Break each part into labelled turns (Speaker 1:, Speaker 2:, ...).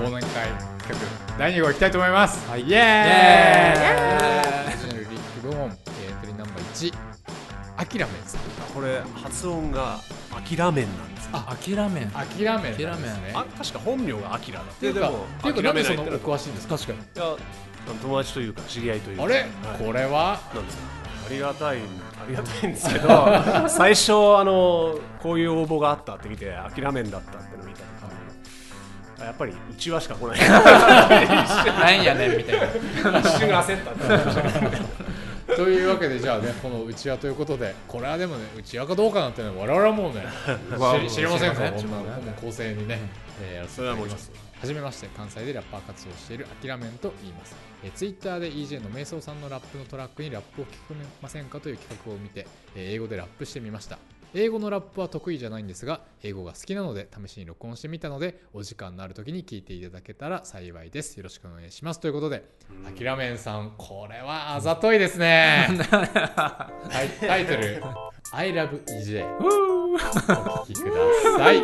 Speaker 1: 忘年会企画第2号いきたいと思います、はい、イエーイナショナルリーグ部門エントリーナンバー1アキラメンさん
Speaker 2: これ発音がアキラメンなんですよ
Speaker 3: あ諦めん
Speaker 1: アキラメンなんですね
Speaker 2: あ確か本名がアキラだっ
Speaker 1: っていうかっていうかなんでそのお詳しいんですか
Speaker 3: 確かに
Speaker 2: いや友達というか知り合いというか
Speaker 1: あれ
Speaker 2: はい
Speaker 1: これは
Speaker 2: なんですかありがたいありがたいんですけど 最初あのこういう応募があったって見て諦めんだったっての見た時にあやっぱりうちわしか来 ない
Speaker 3: なんやねんみたいな
Speaker 2: 一瞬焦ったんですよ
Speaker 1: というわけでじゃあねこの内輪ということでこれはでもね内輪かどうかなんてね我々はもうね
Speaker 3: わ
Speaker 1: 知り知 りませんから
Speaker 3: 知
Speaker 1: こ
Speaker 3: り
Speaker 1: んなの
Speaker 3: ませんね
Speaker 1: もう公正にね、えー、やらせていただき
Speaker 2: それはもう
Speaker 1: ま
Speaker 2: ちょっ
Speaker 1: すはじめまして関西でラッパー活動をしているアキラメンと言います、えー、ツイッターで EJ の瞑想さんのラップのトラックにラップを聴き込めませんかという企画を見て、えー英語でラップしてみました英語のラップは得意じゃないんですが英語が好きなので試しに録音してみたのでお時間のある時に聞いていただけたら幸いですよろしくお願いしますということでアキラメンさんこれはあざといですねタイタイト ル「ILOVEJ」お聴きください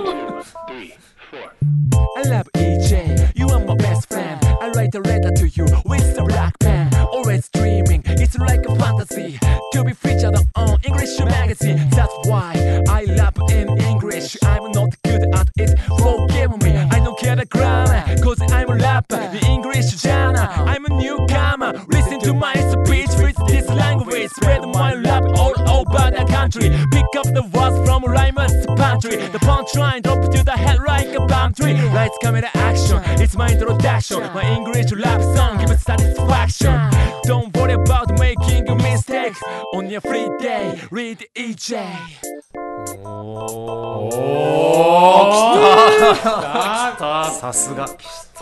Speaker 4: I love EJ, you are my best friend. I write a letter to you with a black pen. Always dreaming, it's like a fantasy to be featured on English magazine. That's why I love in English. I'm not good at it, forgive me. I don't care the grammar, cause I'm a rapper. The English genre, I'm a newcomer. Listen to my speech with this language. Spread my love all over the country. Pick up the words from rhymer's pantry. The punchline drop to the head like a palm tree. Lights, camera, action. It's my introduction. My English rap song gives satisfaction. Don't worry about making a mistake. On your free day, read E EJ.
Speaker 2: さすが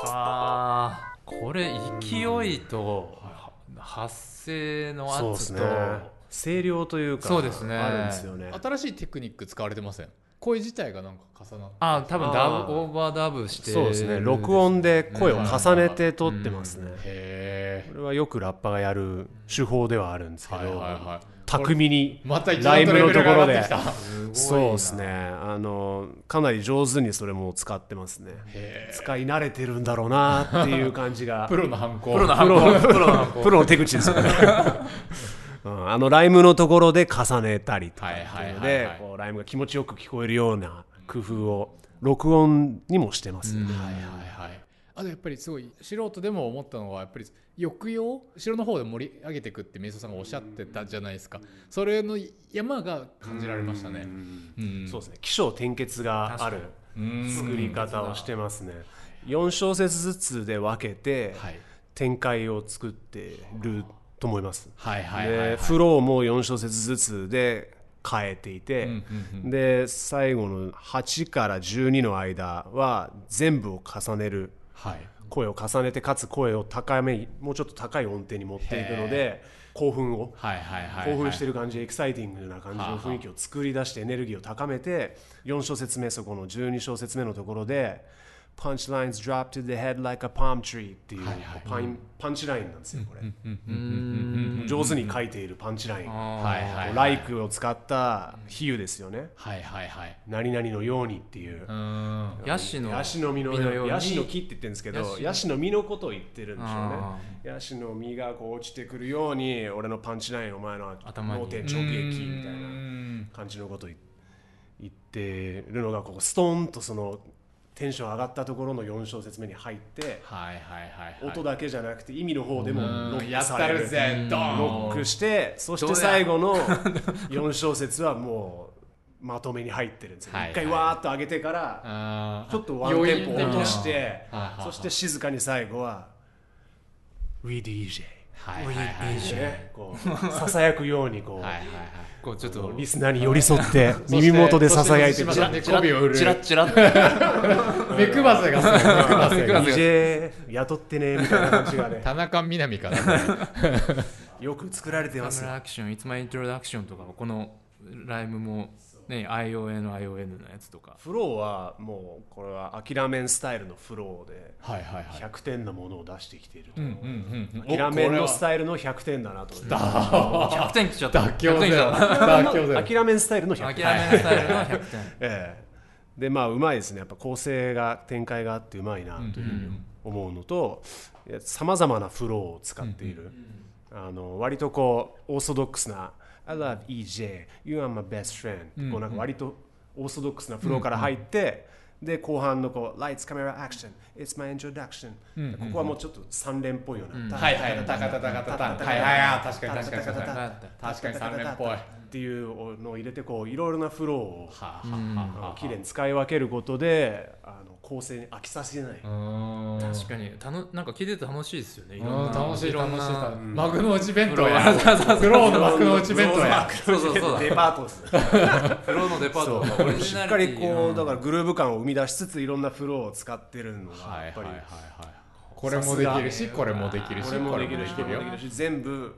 Speaker 3: あーこれ勢いとは発声の圧
Speaker 2: そう
Speaker 3: と
Speaker 2: ですね声量というか
Speaker 3: そうですね
Speaker 2: あるんですよね
Speaker 1: 新しいテクニック使われてません声自体がなんか重なって
Speaker 3: あ多分ダブ
Speaker 2: あー
Speaker 3: オーバーダブして
Speaker 2: そうですね録音で声を重ねて撮ってますね
Speaker 1: へえ
Speaker 2: これはよくラッパがやる手法ではあるんですけ
Speaker 1: はいはい
Speaker 2: ど
Speaker 1: はい
Speaker 2: 巧みに
Speaker 1: また一
Speaker 2: ラ
Speaker 1: 段
Speaker 2: イ
Speaker 1: と
Speaker 2: ブ
Speaker 1: レベ
Speaker 2: の
Speaker 1: ル
Speaker 2: とこ
Speaker 1: が上
Speaker 2: ろ
Speaker 1: が
Speaker 2: で
Speaker 1: ってきた
Speaker 2: そうですねあのかなり上手にそれも使ってますね使い慣れてるんだろうなっていう感じが
Speaker 1: プロの犯行
Speaker 3: プロ
Speaker 2: プ
Speaker 3: の反
Speaker 2: ロ
Speaker 3: 応
Speaker 2: のプロのプロの手口ですよね うんあのライムのところで重ねたりとかっていうの
Speaker 1: はいはいはいは
Speaker 2: で
Speaker 1: い
Speaker 2: こうライムが気持ちよく聞こえるような工夫を録音にもしてますね、
Speaker 1: はいはいはいあとやっぱりすごい素人でも思ったのはやっぱり抑揚後ろの方で盛り上げていくってみそさんがおっしゃってたじゃないですかそれの山が感じられましたねうん
Speaker 2: そうですね起承転結がある作り方をしてますね4小節ずつで分けて
Speaker 1: はい
Speaker 2: 展開を作ってると思います、
Speaker 1: はいはいはいはい
Speaker 2: でフローも4小節ずつで変えていて、で最後の8から12の間は全部を重ねる
Speaker 1: はい
Speaker 2: 声を重ねてかつ声を高めもうちょっと高い音程に持っていくので興奮を、
Speaker 1: はいはいはいはい
Speaker 2: 興奮してる感じエキサイティングな感じの雰囲気を作り出してエネルギーを高めて4小節目そこの12小節目のところでパンチラインズ drop to the head like a palm tree っていうパンパンチラインなんですよこれ上手に書いているパンチライン
Speaker 1: はいはい
Speaker 2: ライクを使った比喩ですよね
Speaker 1: はいはいはい
Speaker 2: 何々のようにっていう
Speaker 1: うん
Speaker 3: ヤシの
Speaker 2: ヤシの実の
Speaker 3: 実のように
Speaker 2: ヤシの木って言ってるんですけどヤシの実のことを言ってるんでしょうね
Speaker 3: あ
Speaker 2: ヤシの実がこう落ちてくるように俺のパンチラインお前の
Speaker 3: 頭に
Speaker 2: 脳天直撃みたいな感じのことを言言ってるのがこうストーンとそのテンション上がったところの4小節目に入って
Speaker 1: はいはいはいはい
Speaker 2: 音だけじゃなくて意味の方でも
Speaker 1: う
Speaker 2: ロ
Speaker 1: ん
Speaker 2: ッ
Speaker 1: や
Speaker 2: ク
Speaker 1: っ
Speaker 2: さ
Speaker 1: た
Speaker 2: れ
Speaker 1: る
Speaker 2: る
Speaker 1: ぜド
Speaker 2: ロ
Speaker 1: ーン
Speaker 2: ックしてそして
Speaker 3: どうだ
Speaker 2: 最後の4小節はもうまとめに入ってるんですよ
Speaker 1: はい
Speaker 2: 一回わーっと上げてから
Speaker 1: あー
Speaker 2: ちょっとワンテンポ落として
Speaker 1: 要因的なはいはいはい、
Speaker 2: そして静かに最後は、We DJ
Speaker 1: はいはいはいはい
Speaker 2: ね、こう、ささやくように、こ、
Speaker 1: はいはいう
Speaker 3: こうちょっと
Speaker 2: リスナーに寄り添って、耳元でささやいて
Speaker 1: そ
Speaker 2: く
Speaker 1: し
Speaker 2: れ
Speaker 1: てそ
Speaker 2: る。
Speaker 1: して媚びを売る
Speaker 3: チラッチラッ
Speaker 1: 目くばせがすごい目くばせが
Speaker 2: DJ 雇ってね、みたいな感じがね、
Speaker 1: 田中みな実かな
Speaker 2: よく作られて
Speaker 3: カ
Speaker 2: ま
Speaker 3: メ
Speaker 2: す。
Speaker 3: ラアクションいつまイントロダクションとかこのライムもね ION の ION のやつとか
Speaker 2: フローはもう、これは諦めんスタイルのフローで、
Speaker 1: はいはいはい
Speaker 2: 100点なものを出してきている。
Speaker 1: うんうん
Speaker 2: 諦めんのス
Speaker 1: イ
Speaker 2: タイルの100点だなと。
Speaker 3: 100点来ちゃった
Speaker 1: 妥協
Speaker 3: 100点来
Speaker 1: だ
Speaker 3: ち
Speaker 1: よ
Speaker 3: ゃっ
Speaker 1: 妥協だよ
Speaker 2: 諦めんスタイルの100
Speaker 3: た
Speaker 2: 点。
Speaker 3: 諦めのスタイルの100点
Speaker 2: ええでまあうまいですねやっぱ構成が展開があってうまいなというふうに思うのとさまざまなフローを使っている、あの割とこうオーソドックスな「I love EJ you are my best friend、こうなんか割とオーソドックスなフローから入って、で後半のこう「Lights Camera Action It's my introduction、ここはもうちょっと三連っぽいような、
Speaker 1: はいはい、タカタタカタタン。はいはいはい、確かに確かに確かに。確かに三連っぽい。は
Speaker 2: っていうのを入れてこういろいろなフローを
Speaker 1: あはあはあはあ
Speaker 2: きれいに使い分けることであの構成に飽きさせない、
Speaker 1: うん
Speaker 3: 確かにたのなんか聞いてて楽しいですよねいろん
Speaker 1: うん、
Speaker 3: な
Speaker 1: 楽しい
Speaker 3: ろん
Speaker 1: 楽しい
Speaker 3: な
Speaker 1: 楽しい幕の内弁当や
Speaker 3: そうそうそう
Speaker 1: グ ローの幕の内弁当や
Speaker 3: そうそうそうだ
Speaker 2: デパートですね
Speaker 3: フローのデパートのオリジ
Speaker 2: し
Speaker 3: ナ
Speaker 2: っ
Speaker 3: リ
Speaker 2: か
Speaker 3: ティ
Speaker 2: りこうだかららグルーヴ感を生み出しつついろんなフローを使ってるのが
Speaker 1: はい
Speaker 2: やっ
Speaker 1: は
Speaker 2: ぱ
Speaker 1: い
Speaker 2: り
Speaker 1: はいはいこれもできるしこれもできるし
Speaker 2: こ
Speaker 1: こ
Speaker 2: れ
Speaker 1: れも
Speaker 2: も
Speaker 1: で
Speaker 2: で
Speaker 1: き
Speaker 2: きる
Speaker 1: る
Speaker 2: し
Speaker 1: よ
Speaker 2: 全部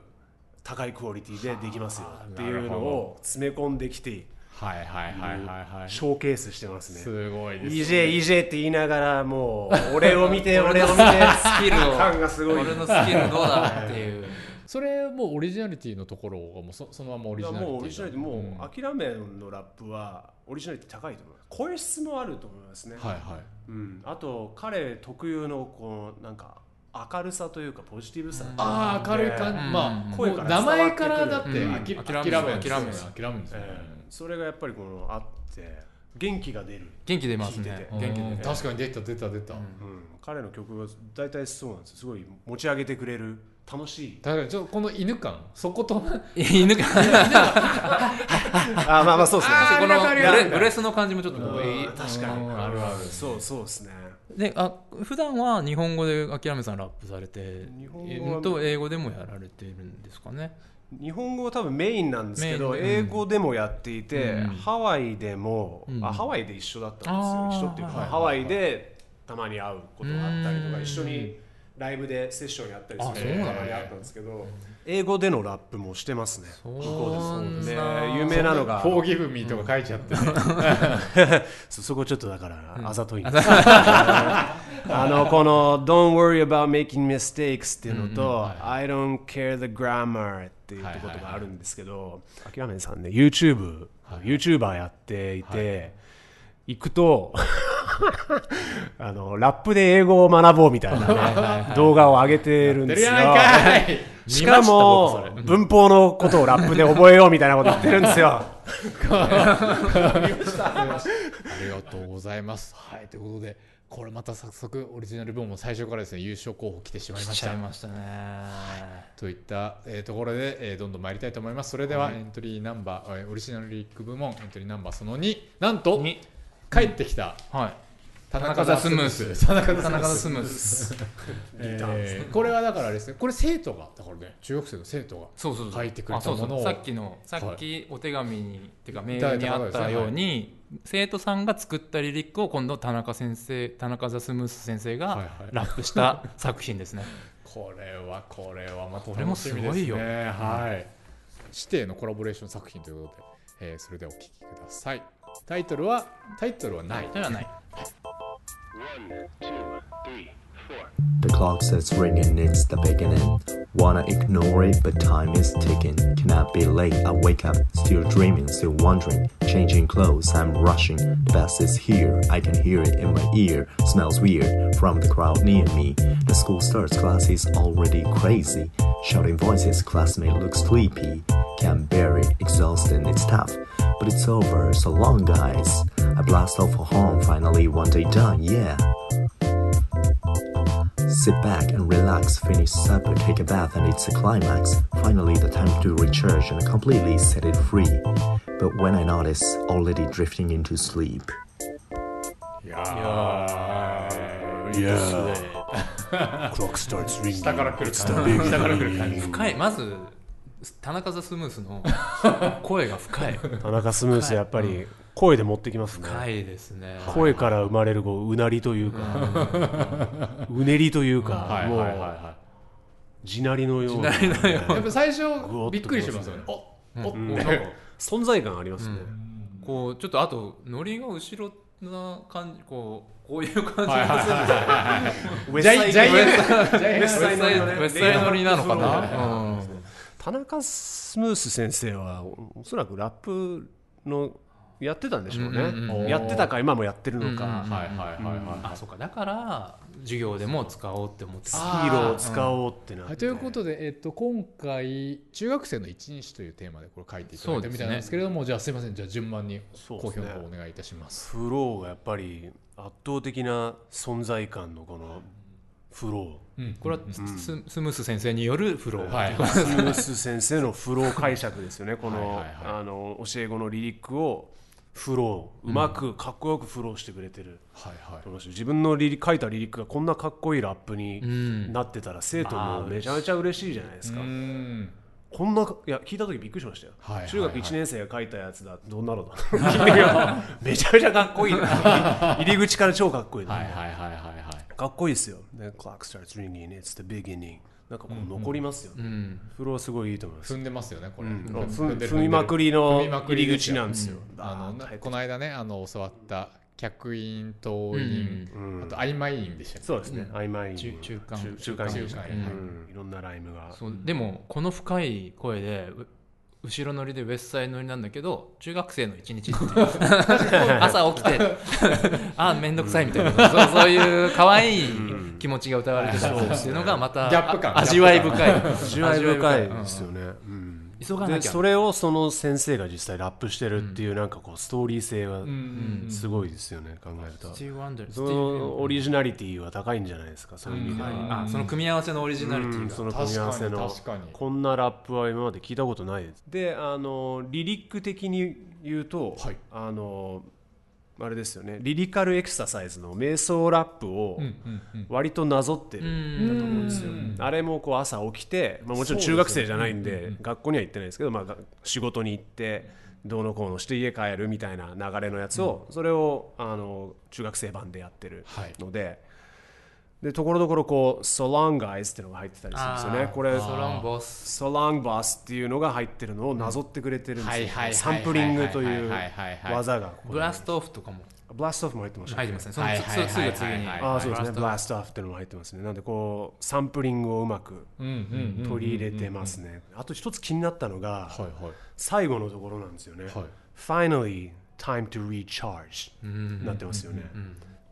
Speaker 2: 高いクオリティでできますよってい
Speaker 1: なる
Speaker 2: う
Speaker 1: ほ
Speaker 2: の
Speaker 1: ど
Speaker 2: を詰め込んできて
Speaker 1: はいはいはいはいはい
Speaker 2: ショーケースしてますね
Speaker 1: すごいですね
Speaker 2: EJ、EJ って言いながらもう俺を見て俺を見て
Speaker 3: スキルを
Speaker 2: 感がすごい
Speaker 3: 俺のスキルどうだっていう
Speaker 1: それもうオリジナリティのところがもうそそのままオリ
Speaker 2: だ
Speaker 1: ジ
Speaker 2: か
Speaker 1: ナ
Speaker 2: ら
Speaker 1: リティ
Speaker 2: もう
Speaker 1: だ
Speaker 2: オリジナリティもう諦めのラップはオリジナリティ高いと思います声質もあると思いますね、
Speaker 1: はいはい
Speaker 2: うん、あと彼特有のこのなんか明るさというかポジティブさ
Speaker 1: ああ明るい感じ、
Speaker 3: うん
Speaker 1: まあ
Speaker 2: 声
Speaker 1: もう
Speaker 2: から
Speaker 1: 名
Speaker 2: 伝わってくる
Speaker 1: 前からだって
Speaker 3: うん
Speaker 1: あき
Speaker 3: 諦め
Speaker 1: 諦めるんですよ
Speaker 3: 諦める
Speaker 1: 諦めるんですよ
Speaker 2: ええそれがやっぱりこのあって元気が出る、
Speaker 3: 元気出ます
Speaker 2: 聞いて
Speaker 3: ね
Speaker 2: て
Speaker 1: うん
Speaker 3: 元気出
Speaker 1: うん
Speaker 3: て
Speaker 1: 確かに出た出た出た、
Speaker 3: ん
Speaker 2: うん、彼の曲は大体そうなんですよすごい持ち上げてくれる楽しい
Speaker 1: だからちょっとこの犬感そこと
Speaker 3: 犬が
Speaker 2: あまあまあそうですね
Speaker 1: あー
Speaker 3: この
Speaker 1: わか
Speaker 3: ブ
Speaker 1: るよ
Speaker 3: レブレスの感じもちょっと僕いい
Speaker 2: うん確かに
Speaker 1: うんあるある
Speaker 2: そうそうですね
Speaker 3: であ普段は日本語で諦めさんラップされて
Speaker 2: 日本
Speaker 3: え
Speaker 2: 語は
Speaker 3: と英語でもやられてるんですかね
Speaker 2: 日本語は多分メインなんですけど、
Speaker 3: メイン
Speaker 2: 英語でもやっていて、ハワイでも、
Speaker 3: うん
Speaker 2: あハワイで一緒だったんですよ一緒っていうか、
Speaker 3: あー
Speaker 2: ハワイでたまに会うことがあったりと
Speaker 3: う
Speaker 2: か
Speaker 3: ん
Speaker 2: 一緒にライブでセッションやったりする
Speaker 1: あ
Speaker 2: の
Speaker 1: そうな
Speaker 2: が
Speaker 1: んだ
Speaker 2: たまにあったんですけど英語でのラップもしてますね
Speaker 3: そうなんだ
Speaker 2: そうですね有名なのが
Speaker 1: フォーギブミーとか書いちゃってね、
Speaker 2: そそこちょっとだから、あざといんです あのこの「Don't worry about making mistakes」っていうのと「I don't care the grammar」っていうことがあるんですけど諦めさんね YouTube、YouTuber やっていて、行くと あのラップで英語を学ぼうみたいなね、動画を上げてる ん
Speaker 1: 出
Speaker 2: で
Speaker 1: る
Speaker 2: すよ
Speaker 1: やないかい
Speaker 2: しかも文法のことをラップで覚えようみたいなこと言ってるんですよ
Speaker 1: ありがとうございます。はい、ということで、これまた早速オリジナル部門も最初からですね、優勝候補来てしまいま
Speaker 3: し
Speaker 1: し
Speaker 3: ちゃ
Speaker 1: た
Speaker 3: い。ましたね
Speaker 1: といった、えーところで、えーどんどん参りたいと思います。それでは、エントリーナンバー、えーオリジナルリック部門、エントリーナンバーその2、なんと、
Speaker 3: に
Speaker 1: 帰ってきた、
Speaker 3: はい
Speaker 1: 田
Speaker 3: 中田スムース
Speaker 1: 田中
Speaker 3: 田
Speaker 1: 田
Speaker 3: 中の
Speaker 1: ス
Speaker 3: ス
Speaker 1: ムース。
Speaker 3: ムース
Speaker 1: えーこれはだからですね、これ生徒が、だからね、中学生の生徒が、
Speaker 3: そうそうそう
Speaker 1: 書いてくれ
Speaker 3: あ
Speaker 1: た
Speaker 3: そうそ
Speaker 1: もの
Speaker 3: う
Speaker 1: を
Speaker 3: さっきのさっきお手紙に、っていうかメ
Speaker 1: いただ
Speaker 3: ール
Speaker 1: い
Speaker 3: に
Speaker 1: た方
Speaker 3: あ
Speaker 1: で
Speaker 3: っ
Speaker 1: すね
Speaker 3: たように、生徒さんが作ったリリックを今度田中先生田中ザスムース先生
Speaker 1: はいは
Speaker 3: が
Speaker 1: い
Speaker 3: ラップした作 品ですね、
Speaker 1: これはこれはまた
Speaker 3: れも
Speaker 1: 楽し
Speaker 3: す
Speaker 1: み
Speaker 3: ご
Speaker 1: です
Speaker 3: いよ
Speaker 1: ね。はい。指定のコラボレーション作品ということで、えーそれではお聞きください。タイトルはタイトルはない。
Speaker 3: ではない
Speaker 5: The clock says ringing, it's the beginning. Wanna ignore it, but time is ticking. Cannot be late, I wake up, still dreaming, still wondering. Changing clothes, I'm rushing. The bus is here, I can hear it in my ear. Smells weird from the crowd near me. The school starts, class is already crazy. Shouting voices, classmate looks sleepy. Can't bear it, exhausting, it's tough. But it's over, so long, guys. I blast off for home, finally, one day done, yeah. Sit back and relax, finish supper, take a bath, and it's a climax. Finally, the time to recharge and completely set it free. But when I notice, already drifting into sleep.
Speaker 1: いやー、いや下から来る感じ。下から来る感じ。
Speaker 3: 深いまず田中ザスムース の声が深い
Speaker 2: 田中スムースやっぱり声で持ってきますね
Speaker 3: 深いですね
Speaker 2: 声から生まれるこううなりというか、うねりというか、
Speaker 1: はいはい
Speaker 2: もう、
Speaker 1: はいは
Speaker 2: 地鳴りのような、
Speaker 1: い。やっぱ最初
Speaker 2: ぐおっときますね
Speaker 1: びっくりしますよね。お、お、
Speaker 3: うん
Speaker 1: お
Speaker 3: なんか
Speaker 2: 存在感ありますね、
Speaker 3: こうちょっとあとノリが後ろな感じこうこういう感じ
Speaker 1: はい
Speaker 3: が
Speaker 1: はい
Speaker 3: する
Speaker 1: はいはい。
Speaker 2: ウェ
Speaker 1: ジャイジャイエントジャイエン
Speaker 2: ウェ
Speaker 1: ト
Speaker 2: スサイドのね
Speaker 3: ウェスサイドノリなのかな
Speaker 2: 田中スムース先生はおおそらくラップのやってたんでしょ
Speaker 1: う
Speaker 2: う
Speaker 1: んうんうん
Speaker 2: ね。やってたか今もやってるのか。
Speaker 1: はいはいはいはい
Speaker 3: あそうかだから授業でも使おうって思って
Speaker 2: ヒ
Speaker 3: た
Speaker 2: ーローを使おうってなっ
Speaker 1: はい、
Speaker 2: て。
Speaker 1: ということで、えっと、今回中学生の一日というテーマでこれ書いていただいたみたいなんですけれども、じゃあすいませんじゃあ順番に
Speaker 2: そ
Speaker 1: 公
Speaker 2: うです
Speaker 1: 表
Speaker 2: ね
Speaker 1: の方お願いいたします。
Speaker 2: フローがやっぱり圧倒的な存在感のこのフロ
Speaker 1: うん、
Speaker 3: これはス,ス、スムース先生によるフロー、
Speaker 1: はい
Speaker 2: ー。スムース先生のフロー解釈ですよね。こ
Speaker 1: はい
Speaker 2: の
Speaker 1: はいはい
Speaker 2: あの教え子のリリックをフローうまくかっこよくフローしてくれてる。
Speaker 1: はいはい
Speaker 2: この人自分のリリ書いたリリックがこんなかっこいいラップ
Speaker 3: ん
Speaker 2: になってたら生徒もめちゃめちゃ嬉しいじゃないですか
Speaker 1: う。ん
Speaker 2: こんないや聞いた時びっくりしましたよ、
Speaker 1: はいはいはい
Speaker 2: 中学1年生が書いたやつだどんなの だいやめちゃめちゃかっこいい入り口から超かっこいい、
Speaker 1: はいはいはいはいはい。
Speaker 2: かっこいいですよ「Then clock starts ringing it's the beginning」なんかこう残りますよね、
Speaker 3: うん、
Speaker 2: フローすごいいいと思います、
Speaker 1: 踏んでますよねこれ。
Speaker 2: うん
Speaker 1: うん
Speaker 2: 踏
Speaker 1: でる
Speaker 2: 踏みまくりの
Speaker 1: 踏みまくり
Speaker 2: 入り口なんですよ
Speaker 1: う
Speaker 2: バー
Speaker 1: あ
Speaker 2: ッと入って
Speaker 1: のこの間ねあの教わった客員、党員、あと曖昧員でしたっけ
Speaker 2: そうですね、曖昧
Speaker 3: 中中間
Speaker 2: 中中間
Speaker 1: 中間
Speaker 2: 中間
Speaker 1: うん
Speaker 2: うんいろんなライムが
Speaker 3: そうでもこの深い声でう後ろ乗りでウェストサイド乗りなんだけど中学生の一日っていう朝起きてあ面倒くさいみたいなそうそういう可愛い気持ちが歌われてたっていうのがまた
Speaker 1: ギャップ感
Speaker 3: あ味わい深い
Speaker 2: 味わい深い
Speaker 3: 味わ
Speaker 2: ですよね、うん
Speaker 3: 急がな
Speaker 2: で
Speaker 3: きゃ
Speaker 2: それをその先生が実際ラップしてるっていうなんかこうストーリー性は
Speaker 1: ん
Speaker 2: すごいですよね、考えると
Speaker 3: スティーブ・ワンダル
Speaker 2: そのオリジナリティは高いんじゃないですかそういう意味では、
Speaker 3: あその組み合わせのオリジナリティ
Speaker 2: うん
Speaker 3: が
Speaker 2: その組み合わせの
Speaker 1: 確かに確かに
Speaker 2: こんなラップは今まで聞いたことないですであのリリック的に言うと、
Speaker 1: はい
Speaker 2: あのあれですよねリリカルエクササイズの瞑想ラップを
Speaker 1: うんうん
Speaker 2: 割となぞってる、
Speaker 3: うん
Speaker 1: うん
Speaker 2: あれもこう朝起きて、まあ、もちろん中学生じゃないんで学校には行ってないですけど、まあが、仕事に行ってどうのこうのして家帰るみたいな流れのやつを、それをあの中学生版でやってる
Speaker 1: はい
Speaker 2: ので。でところどころこう「ソランガイズ」っていうのが入ってたりするんですよねこれ
Speaker 3: ソロンボス
Speaker 2: ソランバスっていうのが入ってるのをなぞってくれてるんです
Speaker 1: はい
Speaker 2: よ
Speaker 1: はいはいはいはい
Speaker 2: サンプリングという
Speaker 1: はいはいはい
Speaker 2: 技がこ
Speaker 3: ブラストオフとかも
Speaker 2: うブラストオフも入ってましたね
Speaker 3: 入ってますねその
Speaker 1: はいはいはい
Speaker 3: つつ
Speaker 1: はい
Speaker 3: が次に
Speaker 1: はい
Speaker 2: ああそうですねブ
Speaker 3: ブラ
Speaker 2: ラストアフっていうのも入ってますねなんでこうサンプリングをうまく取り入れてますねあと一つ気になったの
Speaker 1: は
Speaker 2: が
Speaker 1: いはい
Speaker 2: 最後のところなんですよね
Speaker 1: はい
Speaker 2: Finally time to recharge なってますよね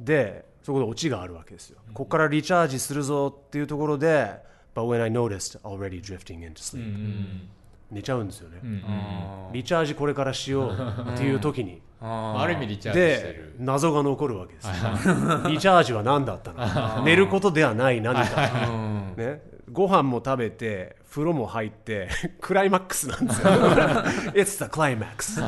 Speaker 2: でそこでオチがあるわけですよここからリチャージするぞっていうところで But when I noticed already drifting into sleep 寝ちゃうんですよねリチャージこれからしようっていう時に
Speaker 1: まあある意味リチャージして
Speaker 2: で
Speaker 1: る
Speaker 2: 謎が残るわけですよリチャージは何だったのか寝ることではない何か、ね、ご飯も食べて風呂も入って クライマックスなんですよ It's the climax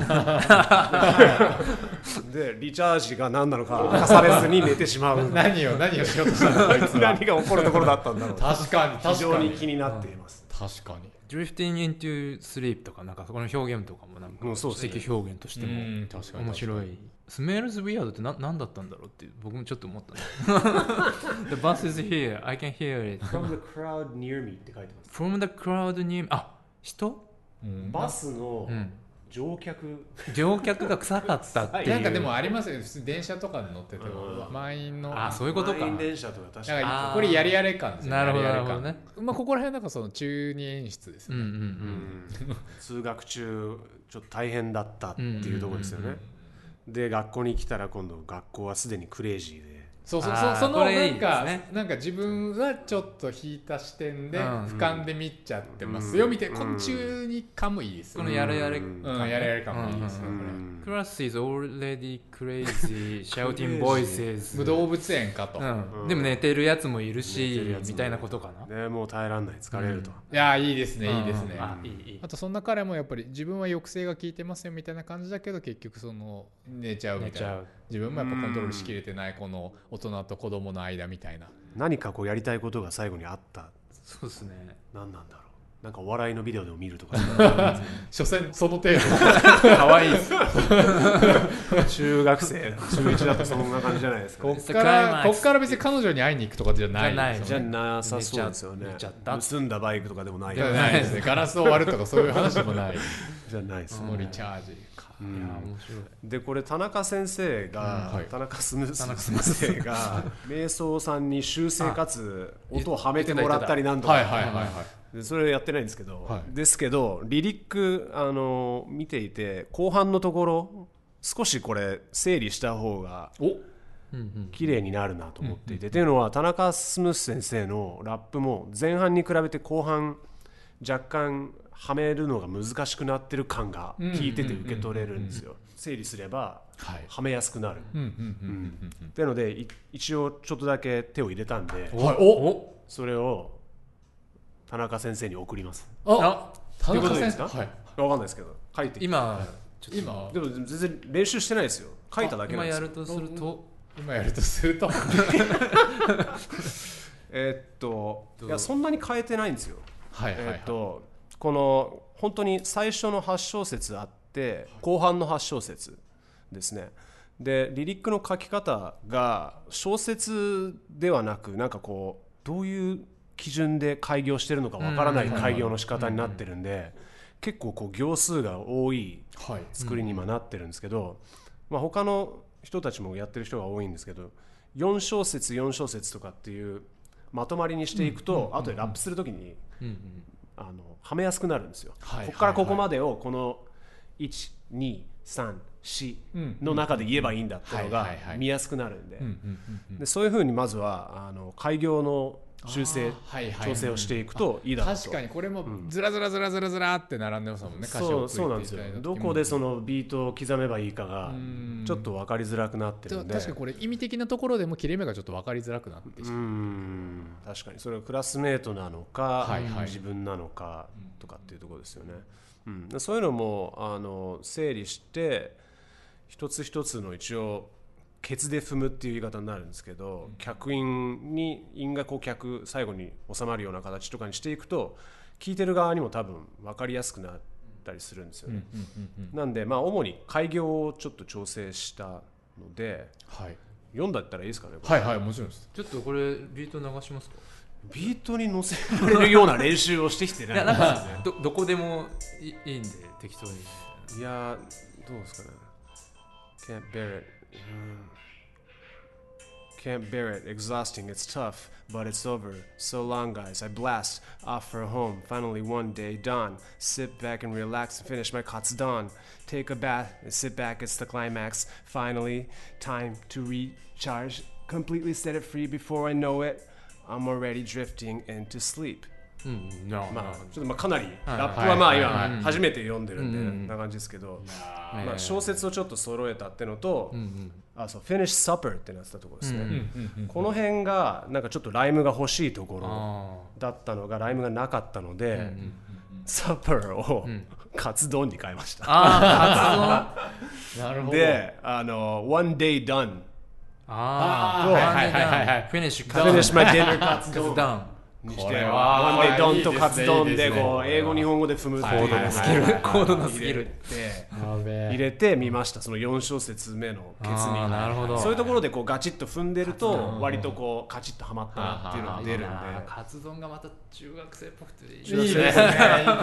Speaker 2: でリチャージが何なのか明かされずに寝てしまう
Speaker 1: 何を何をしようとしたの
Speaker 2: こいつ何が起こるところだったんだろう
Speaker 1: 確かに
Speaker 2: 非
Speaker 1: 確
Speaker 2: 常
Speaker 1: か
Speaker 2: に
Speaker 1: に
Speaker 2: 気になっています
Speaker 1: 確かに
Speaker 3: ドリフティング・イントゥ・スリープとかなんかそこの表現とかもなん
Speaker 2: う
Speaker 3: か
Speaker 2: んそうですね
Speaker 3: 知的表現としても
Speaker 1: うん確かに
Speaker 3: 面白いスメールズ・ウィアードってな何だったんだろうって僕もちょっと思ったね The bus is here I can hear it
Speaker 2: From the crowd near me って書いてます
Speaker 3: from the crowd near あ人
Speaker 2: バスの
Speaker 3: ん
Speaker 2: 乗客
Speaker 3: 乗客が臭かったって いう
Speaker 1: なんかでもありますよね普通に電車とかに乗ってても満員の
Speaker 3: あそういうことか
Speaker 2: 満員電車とか確か
Speaker 1: な
Speaker 2: に
Speaker 1: んか
Speaker 3: あー
Speaker 1: これやりやれ感ですよ
Speaker 3: なるほど
Speaker 1: やりやれ感
Speaker 3: なるほ
Speaker 1: まあここら辺なんかその中二演出ですよ
Speaker 3: うんう
Speaker 1: ね、
Speaker 3: んうん
Speaker 2: 通学中ちょっと大変だったっていうところですよねで学校に来たら今度学校はすでにクレイジーで
Speaker 1: そうそう
Speaker 3: あ
Speaker 1: そ
Speaker 3: ー
Speaker 1: うその
Speaker 3: こ
Speaker 1: な
Speaker 3: れいい
Speaker 1: んか
Speaker 3: ですね
Speaker 1: なんか自分はちょっと引いた視点で
Speaker 3: うん
Speaker 1: 俯瞰で見ちゃってますよみたいな昆虫にかもいいです
Speaker 3: こ
Speaker 1: よ
Speaker 3: の
Speaker 1: ね
Speaker 3: やれやれ
Speaker 1: うんやれやれ感もいいですね
Speaker 3: う
Speaker 1: これ
Speaker 3: クラス is already crazy shouting voices
Speaker 1: 無動物園かと、
Speaker 3: うんでも寝てるやつもいる
Speaker 2: 寝てる
Speaker 3: し
Speaker 2: やつもいる
Speaker 3: みたいなことかな
Speaker 2: ねもう耐えらんない疲れると
Speaker 1: いやーいいですねいいですね、
Speaker 3: うんあいいいい
Speaker 1: あとそんな彼もやっぱり自分は抑制が効いてますよみたいな感じだけど結局その寝ちゃうみたい
Speaker 3: 寝ちゃ
Speaker 1: な
Speaker 3: う
Speaker 1: 自分もやっぱコントロールしきれてないこの大人と子供の間みたいな
Speaker 2: 何かこうやりたいことが最後にあった
Speaker 3: そうですね
Speaker 2: 何なんだろうなんかお笑いのビデオでも見る とか
Speaker 1: 所詮その程度
Speaker 3: 可愛いです
Speaker 2: 中学生中1だとそんな感じじゃないですか
Speaker 1: こっからこっから別に彼女に会いに行くとかじゃない
Speaker 3: じゃな
Speaker 1: で
Speaker 3: い
Speaker 1: す
Speaker 2: じ
Speaker 1: よ
Speaker 2: ゃ
Speaker 1: ね
Speaker 2: なさそうですよね
Speaker 3: 寝ちゃった
Speaker 2: 盗んだバイクとかでもない
Speaker 1: じゃないですねガラスを割るとかそういう話もない
Speaker 2: じゃないです
Speaker 1: そのリチャージか
Speaker 3: いや面白い
Speaker 2: でこれ田中先生が、
Speaker 1: うんはい
Speaker 2: 田中すむ 先生が瞑想さんに修正か つ音をはめてもらったりなんとか、
Speaker 1: はいはいはいはい
Speaker 2: でそれやってないんですけど、
Speaker 1: はい
Speaker 2: ですけどリリックあの見ていて後半のところ少しこれ整理した方が
Speaker 1: お
Speaker 2: 綺麗になるなと思っていて、っていうのは田中スムス先生のラップも前半に比べて後半若干はめるのが難しくなってる感が聞いてて受け取れるんですよ整理すれば
Speaker 1: はい
Speaker 2: はめやすくなる、
Speaker 1: うんうん
Speaker 2: っていうのでい一応ちょっとだけ手を入れたんで
Speaker 1: うんはいお
Speaker 2: それを田中先生に送ります
Speaker 1: お
Speaker 3: あ
Speaker 1: 田
Speaker 2: というこ
Speaker 1: 中
Speaker 2: とでいい
Speaker 1: 先
Speaker 2: です
Speaker 1: 生
Speaker 2: か
Speaker 1: はい
Speaker 2: わかんないですけど書いて
Speaker 3: 今ちょっと
Speaker 1: 今
Speaker 2: でも全然練習してないですよ書いただけなん
Speaker 3: 今
Speaker 2: です
Speaker 3: や
Speaker 2: よ
Speaker 3: るとすると
Speaker 1: 今やるとするとは
Speaker 2: えーっといやそんなに変えてないんですよ
Speaker 1: いはいは
Speaker 2: えーっ
Speaker 1: い
Speaker 2: とこの本当に最初の8小節あって後半の8小節ですねでリリックの書き方が小説ではなくなんかこうどういう基準で開業してるのかわからない開業の仕方になってるんで結構こう行数が多い
Speaker 1: はい
Speaker 2: 作りに今なってるんですけど、まあ、他の人たちもやってる人が多いんですけど4小節4小節とかっていうまとまりにしていくと、後でラップするときに、あのはめやすくなるんですよ。
Speaker 1: はい
Speaker 2: ここから
Speaker 1: はいは
Speaker 2: こ
Speaker 1: い
Speaker 2: こまでをこの1234の中で言えばいいんだっていうの
Speaker 1: は
Speaker 2: が
Speaker 1: いはいはい
Speaker 2: 見やすくなるんで,、
Speaker 1: うんうんうん
Speaker 2: でそういうふうにまずはあの開業の修正
Speaker 1: あーはいはい
Speaker 2: 調整をしていくといいだろうと。
Speaker 1: 確かにこれもずらずらずらずらずらって並んでますもんね歌詞
Speaker 2: そ
Speaker 1: を
Speaker 2: う
Speaker 1: ついて
Speaker 2: そうなん
Speaker 1: い
Speaker 2: です
Speaker 1: た
Speaker 2: よ
Speaker 1: だいた時
Speaker 2: どこでそのビートを刻めばいいかがちょっと分かりづらくなってるんで
Speaker 1: 確かにこれ意味的なところでも切れ目がちょっと分かりづらくなってし
Speaker 2: う
Speaker 1: ま
Speaker 2: ーん確かにそれはクラスメートなのか、
Speaker 1: はいはい
Speaker 2: 自分なのかとかっていうところですよね、うん、そういうのもあの整理して一つ一つの一応ケツで踏むっていう言い方になるんですけど客員に因がこう客最後に収まるような形とかにしていくと聞いてる側にも多分分かりやすくなったりするんですよね。
Speaker 1: ううんうんうん
Speaker 2: なんで、まあ、主に開業をちょっと調整したので
Speaker 1: はい
Speaker 2: 読んだったらいいですかね、これ
Speaker 1: はいはいもちろんです
Speaker 3: ちょっとこれビート流しますか
Speaker 2: ビートに乗せられるような練習をしてきてない
Speaker 3: いやなんかどどこでもいいいんで適当に
Speaker 2: いやーどうですかね Can't bear it、Can't bear it, exhausting, it's tough, but it's over. So long, guys. I blast off for home. Finally, one day, dawn. Sit back and relax and finish my katsudon. Take a bath and sit back, it's the climax. Finally, time to recharge. Completely set it free before I know it. I'm already drifting into sleep.
Speaker 3: うんなあ
Speaker 2: まあ、ちょっとまあかなり
Speaker 3: はい
Speaker 2: ラップはまあ
Speaker 1: はいはい
Speaker 2: 今初めて読んでるんで
Speaker 3: うん
Speaker 2: な感じですけど、
Speaker 3: はい
Speaker 2: まあ、小説をちょっと揃えたってのと、あそう「Finish Supper」ってなってたところですね、この辺がなんかちょっとライムが欲しいところ
Speaker 3: あ
Speaker 2: だったのがライムがなかったので、サッパーを、カツ丼に変えました
Speaker 3: あーカツ丼
Speaker 1: なるほど
Speaker 2: であの「One day done
Speaker 3: あー
Speaker 1: あー
Speaker 3: ワンデーダ
Speaker 1: は
Speaker 3: ウン
Speaker 1: いはいはいはい
Speaker 3: フィニッシュカ
Speaker 2: finish my dinner カツ
Speaker 3: カ
Speaker 2: 丼」
Speaker 3: ツダ
Speaker 2: にし
Speaker 1: こ
Speaker 2: て
Speaker 1: れ
Speaker 2: 「
Speaker 1: は
Speaker 2: One day done」
Speaker 1: いいです
Speaker 2: と
Speaker 1: ね
Speaker 2: カツ丼
Speaker 1: い
Speaker 2: で
Speaker 1: いですね
Speaker 2: こう英語日本語で踏むっていう
Speaker 1: 高度なスキル
Speaker 2: はいはいはい
Speaker 3: 高度なスキル
Speaker 2: 入れて
Speaker 1: やべえ
Speaker 2: 入れてみましたその4小節目のケツに
Speaker 3: あーなるほど
Speaker 2: そういうところでこうガチッと踏んでると割とこうカチッとはまったなっていうのが出るんで
Speaker 3: ンカツ丼がまた中学生っぽくていい
Speaker 1: いいですねいいで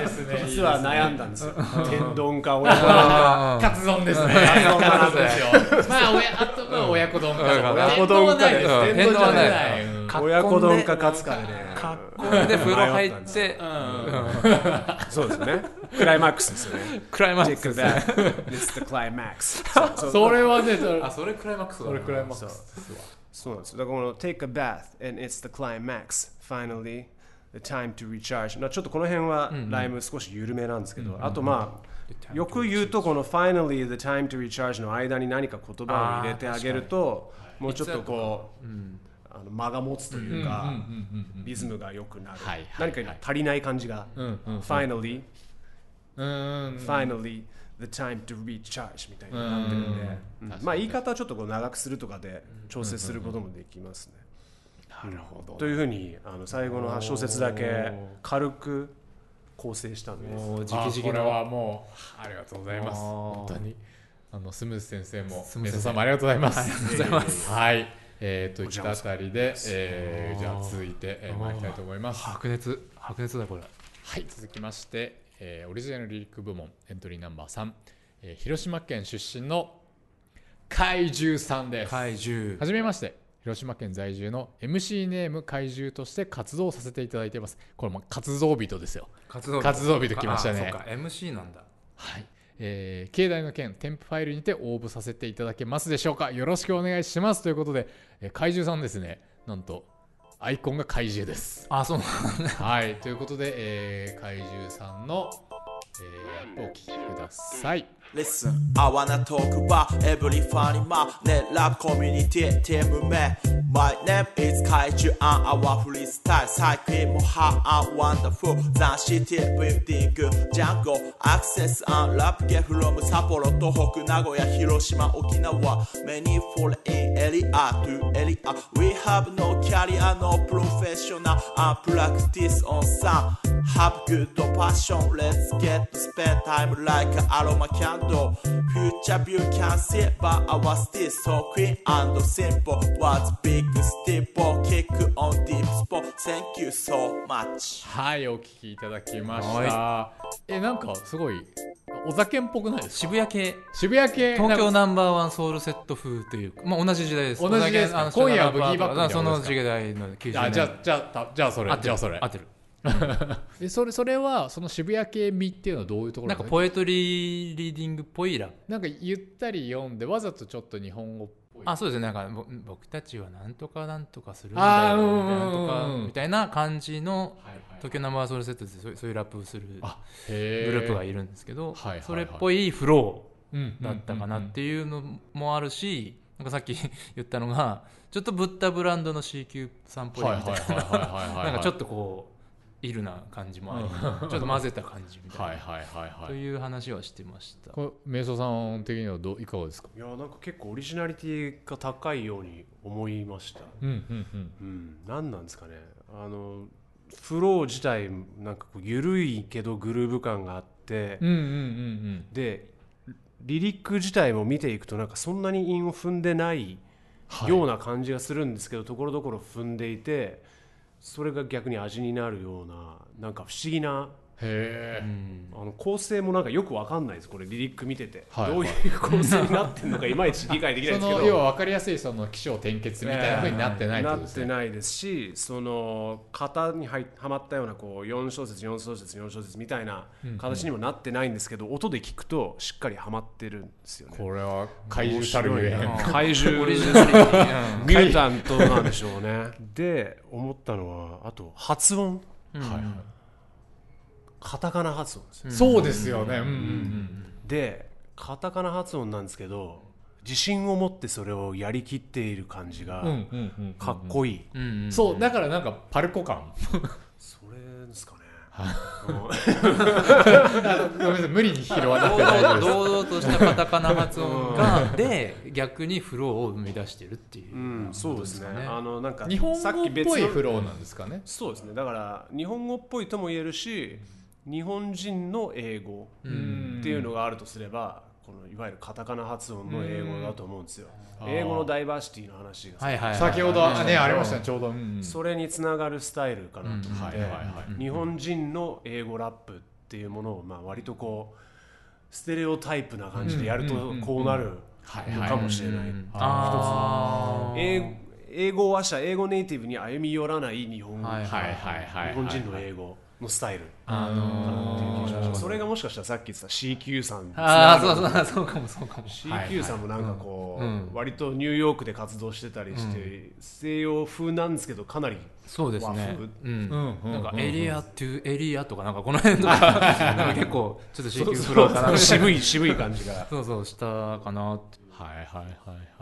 Speaker 1: すね
Speaker 2: 実は悩んだんですよ天丼か親子丼
Speaker 3: あ
Speaker 1: カツ丼ですね
Speaker 2: 丼なんです
Speaker 1: よまあ親あとまあ親子丼か
Speaker 2: 親子丼かで
Speaker 1: 天丼はないです
Speaker 3: 天丼はな
Speaker 1: 天
Speaker 3: い
Speaker 1: 丼じゃないうん
Speaker 3: か
Speaker 2: 親子丼かカツかでね
Speaker 3: ーで風呂入って
Speaker 2: そうですねクライマックスですよね
Speaker 3: クライマック
Speaker 2: Take
Speaker 3: ス
Speaker 2: a
Speaker 3: ですね
Speaker 2: bath It's the climax そうそう
Speaker 1: それはねそれ
Speaker 3: あそれクライマックスだな
Speaker 1: それクライマッ
Speaker 2: そ
Speaker 1: ク
Speaker 2: う
Speaker 1: ス
Speaker 2: そうなんですよだからこの Take a bath and it's the climax finally the time to recharge なちょっとこの辺はライム少し緩めなんですけど、あとまあよく言うとこの finally the time to recharge の間に何か言葉を入れてあげるともうちょっとこう、あの間が持つというか、リズムが良くなる、
Speaker 1: はいはい
Speaker 2: 何か足りない感じが、
Speaker 1: うんうん
Speaker 2: finally
Speaker 1: うーん
Speaker 2: finally the time to recharge みたいになってるんで、うんまあ言い方はちょっとこう長くするとかで調整することもできますね。なるほど、というふうにあの最後の8小節だけ軽く構成したんです。
Speaker 3: もうじ
Speaker 1: あ
Speaker 3: きじき
Speaker 1: これ
Speaker 3: の
Speaker 1: はもうありがとうございます
Speaker 3: あー
Speaker 1: 本当にあのスムース先生も
Speaker 3: ム
Speaker 1: メ
Speaker 3: ー
Speaker 1: ソ
Speaker 3: ス先生
Speaker 1: さんもありがとうございますありがとう
Speaker 3: ございま す
Speaker 1: はいえーといったあたりで
Speaker 2: こちらこそ
Speaker 1: えーじゃあ続いてえー参りたいと思います
Speaker 3: 白熱白熱だこれ
Speaker 1: はい続きまして、えーオリジナルリリック部門エントリーナンバー3、えー広島県出身の怪獣さんです
Speaker 3: 怪獣
Speaker 1: はじめまして広島県在住の MC ネーム怪獣として活動させていただいていますこれも活動人ですよ
Speaker 3: 活動
Speaker 1: 活動日ときましたね
Speaker 3: あそうか MC なんだ
Speaker 1: はい、えー境内の件添付ファイルにて応募させていただけますでしょうかよろしくお願いしますということで、えー怪獣さんですねなんとアイコンが怪獣です
Speaker 3: あ、そう。
Speaker 1: はいということで、えー怪獣さんの、えーラップをお聴きください
Speaker 6: Listen, I wanna talk about every funny man, the rap community team man. My name is Kaiju and our freestyle cycle more hot and wonderful than city building jungle access and rap get from Sapporo, Tohoku, Nagoya, Hiroshima, Okinawa, many foreign area to area. ah, We have no career, no professional and practice on some have good passion. Let's get to spend time like aroma candle. Future view can see, but I was still so clean and simple. Was big steeple, kick on deep spot. Thank you so much.
Speaker 1: はいお聴きいただきましたえなんかすごいお酒っぽくないですか
Speaker 3: 渋谷系。
Speaker 1: 渋谷系
Speaker 3: 東
Speaker 1: な
Speaker 3: 京
Speaker 1: んか
Speaker 3: ナンバーワンソウルセット風というか、まあ、同じ時代です。
Speaker 1: 同じ時代ですか
Speaker 3: あの
Speaker 1: 今夜はブギーバックみたいなことですか
Speaker 3: その時代の90年
Speaker 1: あじゃあじゃあたじゃあそれ
Speaker 3: 合ってる
Speaker 1: じゃあそれ
Speaker 3: 合ってる。
Speaker 1: えそれそれはその渋谷系味っていうのはどういうところ
Speaker 3: なんかポエトリーリーディングっぽいラップ。
Speaker 1: なんかゆったり読んでわざとちょっと日本語っぽい
Speaker 3: あ、そうですね。なんかぼ僕たちはなんとかなんとかするんだ
Speaker 1: あー
Speaker 3: よ
Speaker 1: うんうん
Speaker 3: みたいなと
Speaker 1: うんうんうん
Speaker 3: かみたいな感じの
Speaker 1: はいはい
Speaker 3: 東京ナンバーワンソウルセットでそういうそういうラップをする
Speaker 1: あ
Speaker 3: グ
Speaker 1: へー
Speaker 3: ループがいるんですけ
Speaker 1: は
Speaker 3: ど、
Speaker 1: いはいはい
Speaker 3: それっぽいフロー。
Speaker 1: うん
Speaker 3: だったかな
Speaker 1: うん
Speaker 3: っていうのもあるし、なんかさっき 言ったのがちょっとブッダブランドの C 級さんっぽい
Speaker 1: はい
Speaker 3: み
Speaker 1: はい
Speaker 3: た
Speaker 1: はいいはいはいは
Speaker 3: ないなんかちょっとこうイルな感じもあり、 ちょっと混ぜた感じみたいな、
Speaker 1: はいはいはい
Speaker 3: と
Speaker 1: はい
Speaker 3: いう話はしてました
Speaker 1: これ瞑想さん的にはどういかがですか
Speaker 2: いやなんか結構オリジナリティが高いように思いました
Speaker 1: うんうんうん
Speaker 2: うん、何なんですかねあのフロー自体なんかこう緩いけどグルーヴ感があって、
Speaker 1: うんうんうん
Speaker 2: でリリック自体も見ていくとなんかそんなに韻を踏んでない
Speaker 1: はい
Speaker 2: ような感じがするんですけど、ところどころ踏んでいてそれが逆に味になるようななんか不思議な
Speaker 1: へえ
Speaker 2: あの構成もなんかよくわかんないですこれリリック見てて、
Speaker 1: はい
Speaker 2: どういう構成になってるのかいまいち理解できな い
Speaker 1: そ
Speaker 2: んですけど
Speaker 1: の要は分かりやすいその起承転結みたいなふうになってないって
Speaker 2: な
Speaker 1: こ
Speaker 2: っ
Speaker 1: とです
Speaker 2: て
Speaker 1: ね
Speaker 2: ないですしその型に入っはまったようなこう4小節4小節4小節みたいな形にもなってないんですけど、音で聞くとしっかりはまってるんですよね。
Speaker 1: これは怪獣たるゆえん
Speaker 2: 面白いな怪獣
Speaker 3: オリジナリティ
Speaker 2: ミュータントなんでしょう ね。で思ったのはあと発音
Speaker 3: うんうん
Speaker 1: はいはい
Speaker 2: カタカナ発音ですよ、
Speaker 1: そうですよねうんうんうん
Speaker 2: でカタカナ発音なんですけど自信を持ってそれをやりきっている感じ
Speaker 1: うん
Speaker 2: が
Speaker 1: うんうん
Speaker 2: かっこいい。
Speaker 3: うんうん
Speaker 1: そうだからなんかパルコ感
Speaker 2: それですかね。
Speaker 1: ごめんなさい無理に拾わなく
Speaker 3: 堂
Speaker 1: て大丈夫
Speaker 3: 々
Speaker 1: です
Speaker 3: 堂々としたカタカナ発音がで逆にフローを生み出してるっていうう、
Speaker 2: ん、そうですね。
Speaker 3: ことですかね
Speaker 2: あのなんか
Speaker 1: 日本
Speaker 2: さ
Speaker 1: 語
Speaker 2: き
Speaker 1: っ
Speaker 2: 別
Speaker 1: ぽい
Speaker 2: の
Speaker 1: フローなんですかね
Speaker 2: そうですねだから日本語っぽいとも言えるし日本人の英語
Speaker 1: ん
Speaker 2: っていうのがあるとすれば、このいわゆるカタカナ発音の英語だと思うんですよ、
Speaker 1: うん
Speaker 2: 英語のダイバーシティの話がさ、
Speaker 3: はいはいはい
Speaker 1: 先ほどあねありましたねちょうどうんうん
Speaker 2: それにつながるスタイルかなと思って、
Speaker 1: うんはいはいはい
Speaker 2: 日本人の英語ラップっていうものをまあ割とこうステレオタイプな感じでやるとこうなるのかもしれない、
Speaker 3: あー
Speaker 2: 英語英語話者英語ネイティブに歩み寄らない日本語、
Speaker 3: はい
Speaker 1: はいはいはいはい
Speaker 2: 日本人の英語のスタイル、
Speaker 3: あのー
Speaker 2: それがもしかしたらさっき言ってた CQ さん
Speaker 3: ああそうそうそうかもそうかも
Speaker 2: CQ さんもなんかこう割とニューヨークで活動してたりして西洋風なんですけどかなり
Speaker 3: そうです
Speaker 2: 和
Speaker 3: ね
Speaker 2: 風
Speaker 3: うんなんかエリアトゥエリアとかなんかこの辺と かなんか結構ちょっと CQ フローか な
Speaker 2: 渋い渋い感じが
Speaker 3: そうそうしたかなって
Speaker 1: はいはいはい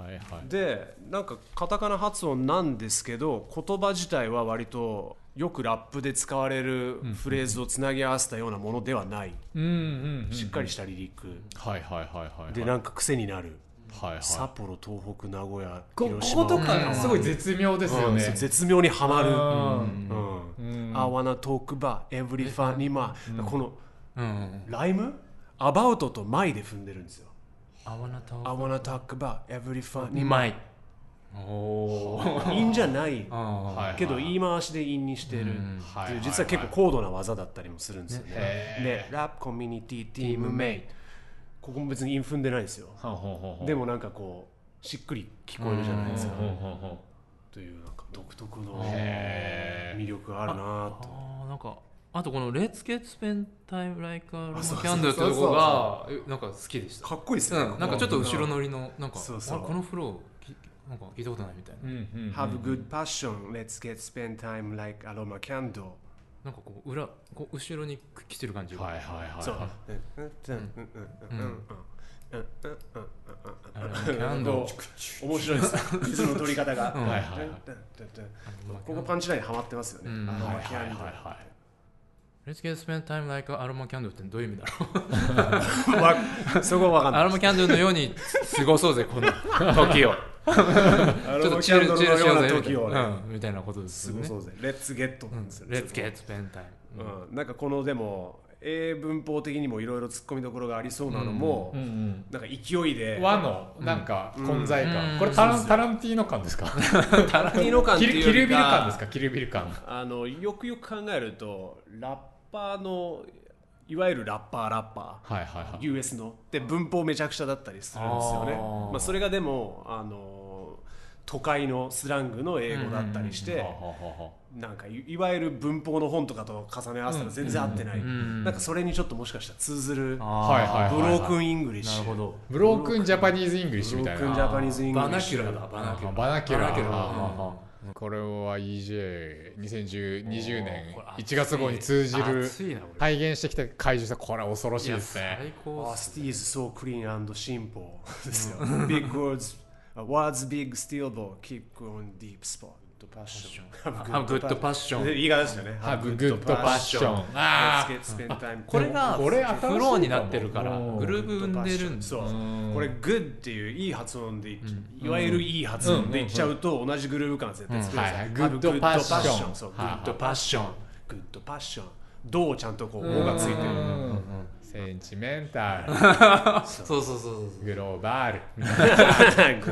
Speaker 1: はいはい
Speaker 2: でなんかカタカナ発音なんですけど言葉自体は割とよくラップで使われるフレーズをつなぎ合わせたようなものではない
Speaker 1: うんうん
Speaker 2: しっかりしたリリック
Speaker 1: はいはいはいはい
Speaker 2: で
Speaker 1: はい
Speaker 2: なんか癖になる
Speaker 1: はい
Speaker 2: 札幌東北名古屋
Speaker 1: こ
Speaker 2: 広島
Speaker 1: ことかすごい絶妙ですよ
Speaker 2: うん
Speaker 1: ね
Speaker 2: 絶妙にはまる
Speaker 1: うん
Speaker 2: うん「I wanna talk about every funny man」この
Speaker 3: うん
Speaker 2: ライム「about」と「my」で踏んでるんですよ
Speaker 3: あわなた
Speaker 2: 「I wanna talk about every funny
Speaker 3: 2
Speaker 2: man
Speaker 3: 枚おー」
Speaker 2: 韻じゃない
Speaker 3: あ
Speaker 1: はい
Speaker 2: けど言い回しで韻にしてるっていう実は結構高度な技だったりもするんですよねで「ラップコミュニティティームメイト」ここも別に韻踏んでないんですよ
Speaker 1: ほんほんほんほん
Speaker 2: でもなんかこうしっくり聞こえるじゃないですか
Speaker 1: ほんほんほん
Speaker 2: というなんか独特の魅力があるなぁと
Speaker 3: ーなんかあとこの「Let's Get Spend Time Like a Roman
Speaker 2: あそうそう
Speaker 3: Candle」ってとこがえなんか好きでした
Speaker 2: かっこいいですね、
Speaker 3: うん、なんかちょっと後ろ乗りのなんか
Speaker 2: そうそう
Speaker 3: あれこのフローきなんか聞いたことないみたいな、
Speaker 1: うんうんうん
Speaker 2: Have good passion, let's get spend time like aroma candle、
Speaker 3: なんかこう裏こう後ろに来てる感じ
Speaker 1: はいはいはい
Speaker 2: そう
Speaker 1: は
Speaker 3: キャンド
Speaker 2: 面白いですリズムの取り方が
Speaker 1: いはいはい
Speaker 2: ここパンチラインハマってますよね、
Speaker 3: うん
Speaker 2: アロマキ
Speaker 1: いはい
Speaker 2: ャンドル
Speaker 1: は
Speaker 3: レッツケースペンタイムライカアロマキャンドルってどういう意味だろう
Speaker 2: わ そこはわかんない
Speaker 3: アロマキャンドルのように過ごそうぜこの時を
Speaker 2: ち
Speaker 3: ちょっとチルチルしようぜみたい
Speaker 2: 時
Speaker 3: な,、
Speaker 2: をね
Speaker 3: うん、みたいなことで
Speaker 2: す
Speaker 3: すよ
Speaker 2: ご
Speaker 3: ね
Speaker 2: そうぜレッツゲットなんですよ
Speaker 3: レッツケースペンタイム、
Speaker 2: うんなんかこのでも英文法的にもいろいろ突っ込みどころがありそうなのも、
Speaker 1: いうん
Speaker 2: なんか勢いで
Speaker 1: うん和のなんか混在感、
Speaker 3: うん
Speaker 1: これタランタランティーノ感 ですか
Speaker 2: タラティーノ感っ
Speaker 1: キ
Speaker 2: て
Speaker 1: ル
Speaker 2: いう
Speaker 1: キ
Speaker 2: よ
Speaker 1: ル
Speaker 2: り
Speaker 1: ビル感で
Speaker 2: か
Speaker 1: すかキルビル感
Speaker 2: あのよくよく考えるとラッパーのいわゆるラッパーラッパー
Speaker 1: はいはいはい
Speaker 2: US ので文法めちゃくちゃだったりするんですよね
Speaker 3: あー
Speaker 2: まあ、それがでもあの都会のスラングの英語だったりして、
Speaker 1: はははは
Speaker 2: なんかいいわゆる文法の本とかと重ね合わせたら全然合ってない、
Speaker 3: ん
Speaker 2: なんかそれにちょっともしかしたら通ずるブロ
Speaker 3: あ
Speaker 1: はいはいはいはい
Speaker 2: ークンイングリッシ
Speaker 3: な
Speaker 2: ュ
Speaker 3: るほど
Speaker 1: ブロークンジャパニーズイングリッシュ
Speaker 2: ブロ
Speaker 1: みたい
Speaker 2: ークン
Speaker 1: な
Speaker 2: ジャパニーズ・イングリ
Speaker 3: バ
Speaker 2: ッ
Speaker 3: ナ
Speaker 2: シ
Speaker 3: キュ
Speaker 2: ュ
Speaker 3: ラだバナキュ
Speaker 1: あ
Speaker 3: ラ
Speaker 1: バナキュラ
Speaker 3: バナキュラ
Speaker 1: あああこれは EJ2020 年
Speaker 3: これ
Speaker 1: 1月号に通じる
Speaker 3: 熱いなこれ
Speaker 1: 体現してきた怪獣さんこれは恐ろしいです
Speaker 3: いや
Speaker 1: ね
Speaker 3: 最高っす
Speaker 2: Past is so clean and simple ですよ Big words Words big still though Kick on deep spot Passion
Speaker 3: Have good passion
Speaker 2: 言い方ですよね
Speaker 1: ハブグッドパッション
Speaker 2: passion
Speaker 1: あ
Speaker 2: Let's get spend time
Speaker 3: これが
Speaker 1: これ新しいかも
Speaker 3: フローになってるから
Speaker 1: うん
Speaker 3: グルーブ生んでるんだ
Speaker 2: そう
Speaker 1: うん
Speaker 2: これグッっていういい発音でい,、いわゆるいい発音でいっちゃうと同じグルーヴ感絶対作れる
Speaker 1: うんはいはい
Speaker 2: グッドパッシ
Speaker 1: グッドパッシ
Speaker 2: ョ
Speaker 1: ョン
Speaker 2: ンそうグ
Speaker 1: はいはい
Speaker 2: ッドパッショングッドパッションどうちゃんと こう
Speaker 1: あ
Speaker 2: 「お」がついてる
Speaker 1: センチメンタ
Speaker 3: そうそうそうそう
Speaker 1: ルグローバル
Speaker 2: グロ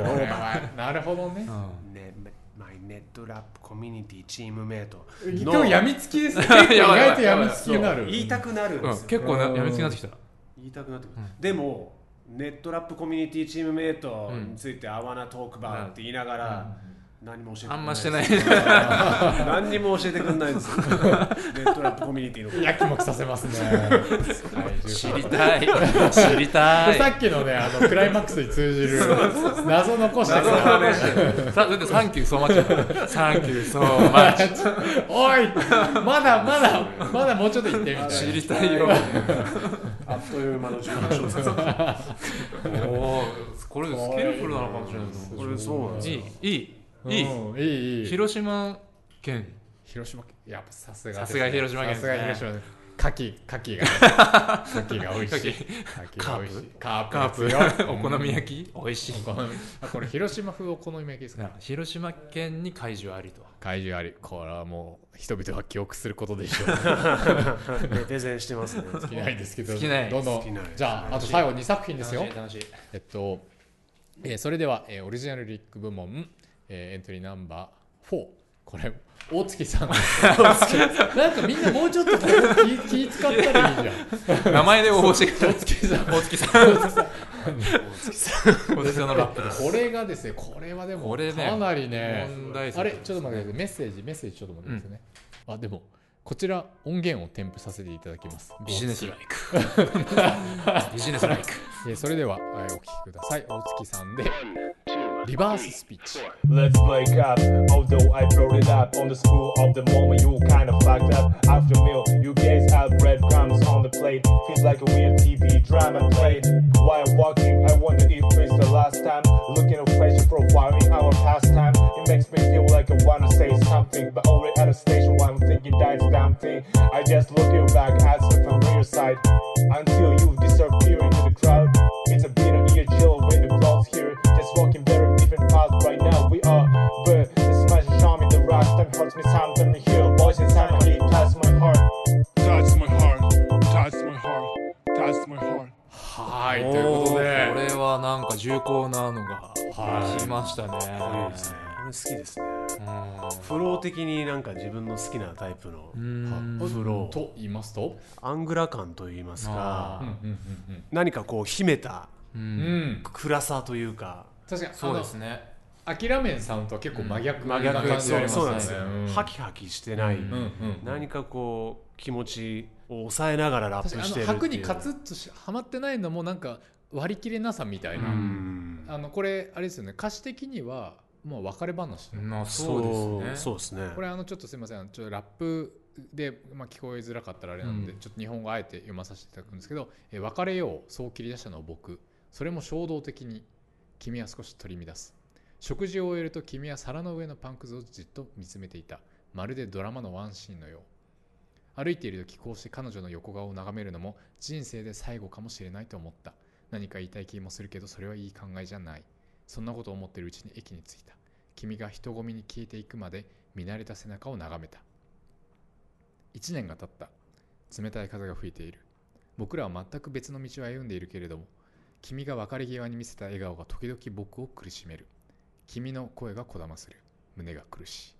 Speaker 2: ーバ
Speaker 1: なるほどね
Speaker 2: ーねマイネットラップコミュニティチームメイト
Speaker 1: 今日やみつき ですね結構意外とやみつきになる
Speaker 2: 言いたくなるんです
Speaker 3: う
Speaker 2: よ
Speaker 3: ん、結構なやみつきになってきた
Speaker 2: 言いたくなってくる、でもネットラップコミュニティチームメイトについて「アワナトークバー」って言いながら何も教えてくれない
Speaker 3: あんましてない
Speaker 2: 何にも教えてくれないんです よネットラップコミュニティのこと
Speaker 1: やきもきさせますね
Speaker 3: 知りたい 知りたい
Speaker 1: さっきのねあのクライマックスに通じる謎残してくる
Speaker 3: さだってサンキューソーマッチサンキューソーマッチ
Speaker 1: おいまだまだまだもうちょっと行ってみたい
Speaker 3: 知りたいよ
Speaker 2: あっという間の18小節
Speaker 3: おおこれスケールフルなのかもしれないです
Speaker 2: これそうなんですよ
Speaker 3: いいいいい
Speaker 1: うんいいい
Speaker 3: い
Speaker 1: い
Speaker 3: 広島県
Speaker 1: 広島県やっぱさすが
Speaker 3: さすが広島県
Speaker 1: で
Speaker 3: ですす
Speaker 1: ね
Speaker 3: ね
Speaker 1: さすが広島です牡蠣牡蠣が 牡蠣が美味しい牡蠣が美味しいカ
Speaker 3: カ
Speaker 1: ープ
Speaker 3: ープお好み焼き美味しい
Speaker 1: お好みあ これ広島風お好み焼きですか
Speaker 3: な広島県に怪獣ありと
Speaker 1: 怪獣ありこれはもう人々は記憶することでしょう
Speaker 2: レペゼンしてますね
Speaker 1: 好きないですけど
Speaker 3: 尽きない
Speaker 1: どんどん
Speaker 2: 尽きない
Speaker 1: じゃああと最後2作品ですよ
Speaker 3: 楽しい楽しい
Speaker 1: えっと、えーそれでは、えーオリジナルリック部門、えーエントリーナンバー4これ大月 さんなんかみんなもうちょっとこれ気気使ったらいいじゃん
Speaker 3: 名前で応募してくれ大月さん大月さん大月さんのラップです
Speaker 1: これがですねこれはでも
Speaker 3: これね
Speaker 1: かなりね
Speaker 3: 問題作
Speaker 1: あれちょっと待ってくださいメッセージメッセージちょっと待ってくださいね、あでもこちら音源を添付させていただきます
Speaker 3: ビジネスライクビジネスライク
Speaker 1: えーそれでは、えーお聴きください大月さんでリバーススピーチ
Speaker 7: Let's break up. Although I brought it up on the school of the moment, you kind of fucked up. After meal, you gaze at breadcrumbs on the plate. Feels like a weird TV drama played. While walking, I wonder if it's the last time. Looking at fashion profiling our pastime. It makes me feel like I wanna say something, but only at a station while I'm thinking that's damn thing. I just look you back at the familiar side until you disappear into the crowd. It's a bitter ear chill when the crowd's here. Just walking very different paths right now. We are the the smash and charm in the rock that hurts me sometimes. Hear voices suddenly touch my heart.
Speaker 8: Touch my heart, touch my heart, touch my heart.
Speaker 1: はい
Speaker 3: お
Speaker 1: という
Speaker 3: ー
Speaker 1: こ
Speaker 3: こと
Speaker 1: で
Speaker 3: れはなんか重厚なのが来ましたね、
Speaker 2: いいですねこれ好きですねフロー的になんか自分の好きなタイプのフロー
Speaker 1: と言いますと
Speaker 2: アングラ感といいます
Speaker 3: あ
Speaker 2: か何かこう秘めた
Speaker 1: うん
Speaker 2: 暗さというか
Speaker 1: 確かに
Speaker 3: そうですね
Speaker 1: 諦めんさんとは結構真逆な感じあ
Speaker 2: 真逆
Speaker 1: ります
Speaker 2: そ
Speaker 1: ね
Speaker 2: うそうなんですよ、
Speaker 1: うん
Speaker 2: ハキハキしてない、
Speaker 1: うんうん
Speaker 2: 何かこう気持ちを抑えながらラップ
Speaker 1: 確か
Speaker 2: し
Speaker 1: に
Speaker 2: て
Speaker 1: あの
Speaker 2: るって
Speaker 1: 白
Speaker 2: い
Speaker 1: に
Speaker 2: う
Speaker 1: カツッとしはまってないのもなんか割り切れなさみたいな、
Speaker 2: うん
Speaker 1: あのこれあれですよね歌詞的にはもう別れ話、
Speaker 3: まあ
Speaker 2: そうですね
Speaker 3: そう
Speaker 2: そうですね
Speaker 1: これあのちょっとすいませんちょっとラップで、まあ、聞こえづらかったらあれなんで、
Speaker 3: うん
Speaker 1: ちょっと日本語あえて読まさせていただくんですけど「えー別れようそう切り出したのは僕それも衝動的に君は少し取り乱す食事を終えると君は皿の上のパンくずをじっと見つめていたまるでドラマのワンシーンのよう歩いているとこうして彼女の横顔を眺めるのも人生で最後かもしれないと思った何か言いたい気もするけどそれはいい考えじゃないそんなことを思っているうちに駅に着いた君が人混みに消えていくまで見慣れた背中を眺めた1年が経った冷たい風が吹いている僕らは全く別の道を歩んでいるけれども君が別れ際に見せた笑顔が時々僕を苦しめる君の声がこだまする胸が苦し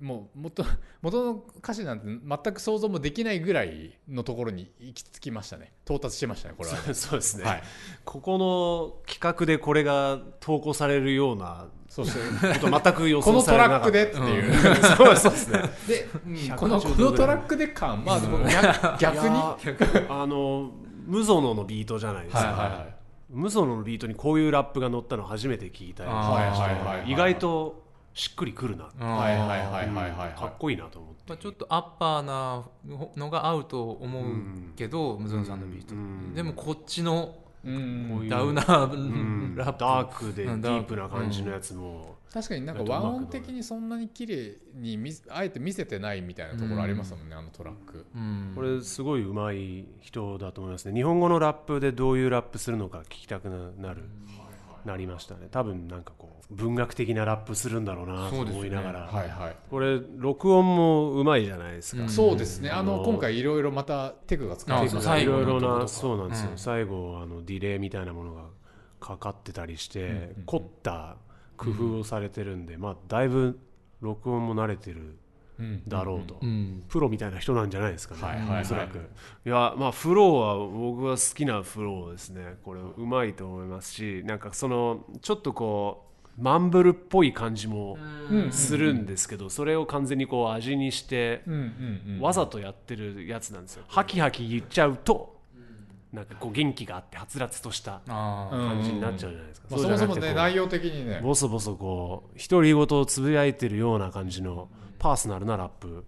Speaker 1: いもう元元の歌詞なんて全く想像もできないぐらいのところに行き着きましたね到達しましたねこれはね、
Speaker 2: そうですね、
Speaker 1: はい
Speaker 2: ここの企画でこれが投稿されるような
Speaker 1: そ して
Speaker 2: こと全く 予
Speaker 1: このト
Speaker 2: 想されな
Speaker 1: ラ
Speaker 2: か
Speaker 1: ック
Speaker 2: った
Speaker 1: でっていう、
Speaker 2: そう そうですね
Speaker 1: で、
Speaker 2: 100
Speaker 1: このこのトラックで感まあでも逆逆にはい
Speaker 2: やあの無ゾノのビートじゃないですか、
Speaker 1: はいはい
Speaker 2: 無ゾノのビートにこういうラップが乗ったの初めて聞いたり
Speaker 3: あ
Speaker 1: はいはいはい
Speaker 2: 意外としっくりくるな、
Speaker 1: はいはい
Speaker 3: い
Speaker 1: はいはいはい
Speaker 2: かっこいいなと思って、
Speaker 3: まあ、ちょっとアッパーなのが合うと思うけど、ムズンさんのビート、
Speaker 2: うん
Speaker 3: でもこっちの
Speaker 1: うん
Speaker 3: ダウナ
Speaker 2: うん
Speaker 3: ーラップ、
Speaker 2: ダークでデ
Speaker 3: う
Speaker 2: ィ
Speaker 3: んダー
Speaker 2: ー
Speaker 3: ク
Speaker 2: プな感じのやつも、
Speaker 1: 確かになんか
Speaker 2: だと
Speaker 1: 和
Speaker 2: うまく
Speaker 1: 音的にそんなに綺麗に見せあえて見せてないみたいなところありますもんね、あのトラック、
Speaker 3: うん
Speaker 2: これすごい上手い人だと思いますね日本語のラップでどういうラップするのか聞きたくなる、なりましたね多分なんかこう文学的なラップするんだろうなと
Speaker 3: そうですね
Speaker 2: 思いながら、
Speaker 1: はいはい、
Speaker 2: これ録音もうまいじゃないですか、
Speaker 1: そうですねあ
Speaker 2: あ
Speaker 1: の
Speaker 2: の
Speaker 1: 今回いろいろまたテクが使われて
Speaker 3: あ最
Speaker 2: い
Speaker 3: 後
Speaker 2: ろい
Speaker 3: の
Speaker 2: ろ
Speaker 3: とこと
Speaker 2: な
Speaker 3: か
Speaker 2: そうなんですよ、最後あのディレイみたいなものがかかってたりして、凝った工夫をされてるんで、まあだいぶ録音も慣れてる
Speaker 1: うん
Speaker 2: だろうと、
Speaker 3: うん
Speaker 2: プロみたいな人なんじゃないですかね、
Speaker 1: はいはいはい
Speaker 2: おそらくいやまあフローは僕は好きなフローですねこれうまいと思いますしなんかそのちょっとこうマンブルっぽい感じもするんですけど、それを完全にこう味にして、
Speaker 1: うんうんうん
Speaker 2: わざとやってるやつなんですよ、ハキハキ言っちゃうと、なんかこう元気があってはつらつとした
Speaker 3: あー
Speaker 2: 感じになっちゃうじゃないですか、
Speaker 1: まあ、そもそもね内
Speaker 2: 容
Speaker 1: 容的にね
Speaker 2: ボソボソこう独り言をつぶやいてるような感じのパーソナルなラップ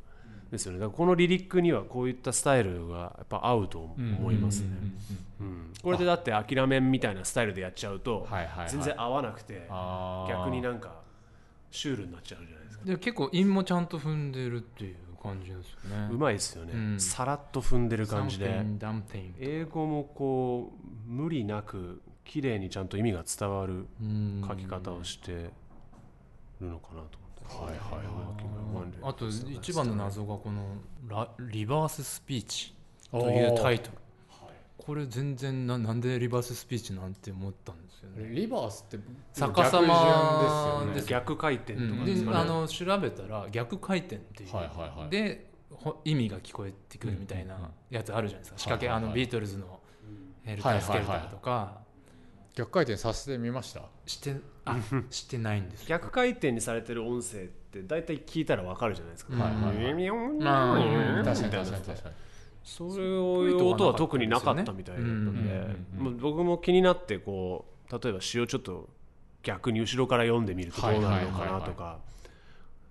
Speaker 2: ですよねだからこのリリックにはこういったスタイルがやっぱ合うと思いますねうんこれでだって諦めんみたいなスタイルでやっちゃうと
Speaker 1: はいはいはい
Speaker 2: 全然合わなくて
Speaker 1: あー
Speaker 2: 逆になんかシュールになっちゃうじゃないですか
Speaker 3: で結構韻もちゃんと踏んでるっていう感じですよね
Speaker 2: うまいですよ
Speaker 3: う
Speaker 2: ね
Speaker 3: ん
Speaker 2: さらっと踏んでる感じで
Speaker 3: Something, something
Speaker 2: 英語もこう無理なく綺麗にちゃんと意味が伝わる
Speaker 3: うん
Speaker 2: 書き方をしてるのかなと思って、はいはいはい
Speaker 3: あと一番の謎がこのラ「リバーススピーチ」というタイトルこれ全然ななんでリバーススピーチなんて思ったんですよね
Speaker 1: リバースって
Speaker 3: 逆さま
Speaker 1: 逆順ですよね
Speaker 2: 逆回転とか
Speaker 3: で
Speaker 2: ですかね、
Speaker 3: あの調べたら逆回転っていう、
Speaker 1: はいはいはい
Speaker 3: でほ意味が聞こえてくるみたいなやつあるじゃないですか、仕掛け、
Speaker 1: はいはいはい
Speaker 3: あのビートルズの「ヘルター・スケルター」とか、
Speaker 1: 逆回転させてみました
Speaker 3: して あしてないんですよ
Speaker 2: 逆回転にされてる音声って大体聞いたらわかるじゃないですか、
Speaker 1: はいはいはい
Speaker 2: ミョン
Speaker 3: まあ
Speaker 2: ミョ
Speaker 1: 確
Speaker 2: ン
Speaker 1: かに
Speaker 2: みたい
Speaker 1: 確
Speaker 2: な
Speaker 1: かに確かに
Speaker 2: それを音は特になかったみたいだったんで、もう僕も気になってこう例えば詩をちょっと逆に後ろから読んでみるとどうなるのかな
Speaker 1: はいはい
Speaker 2: と
Speaker 1: は
Speaker 2: か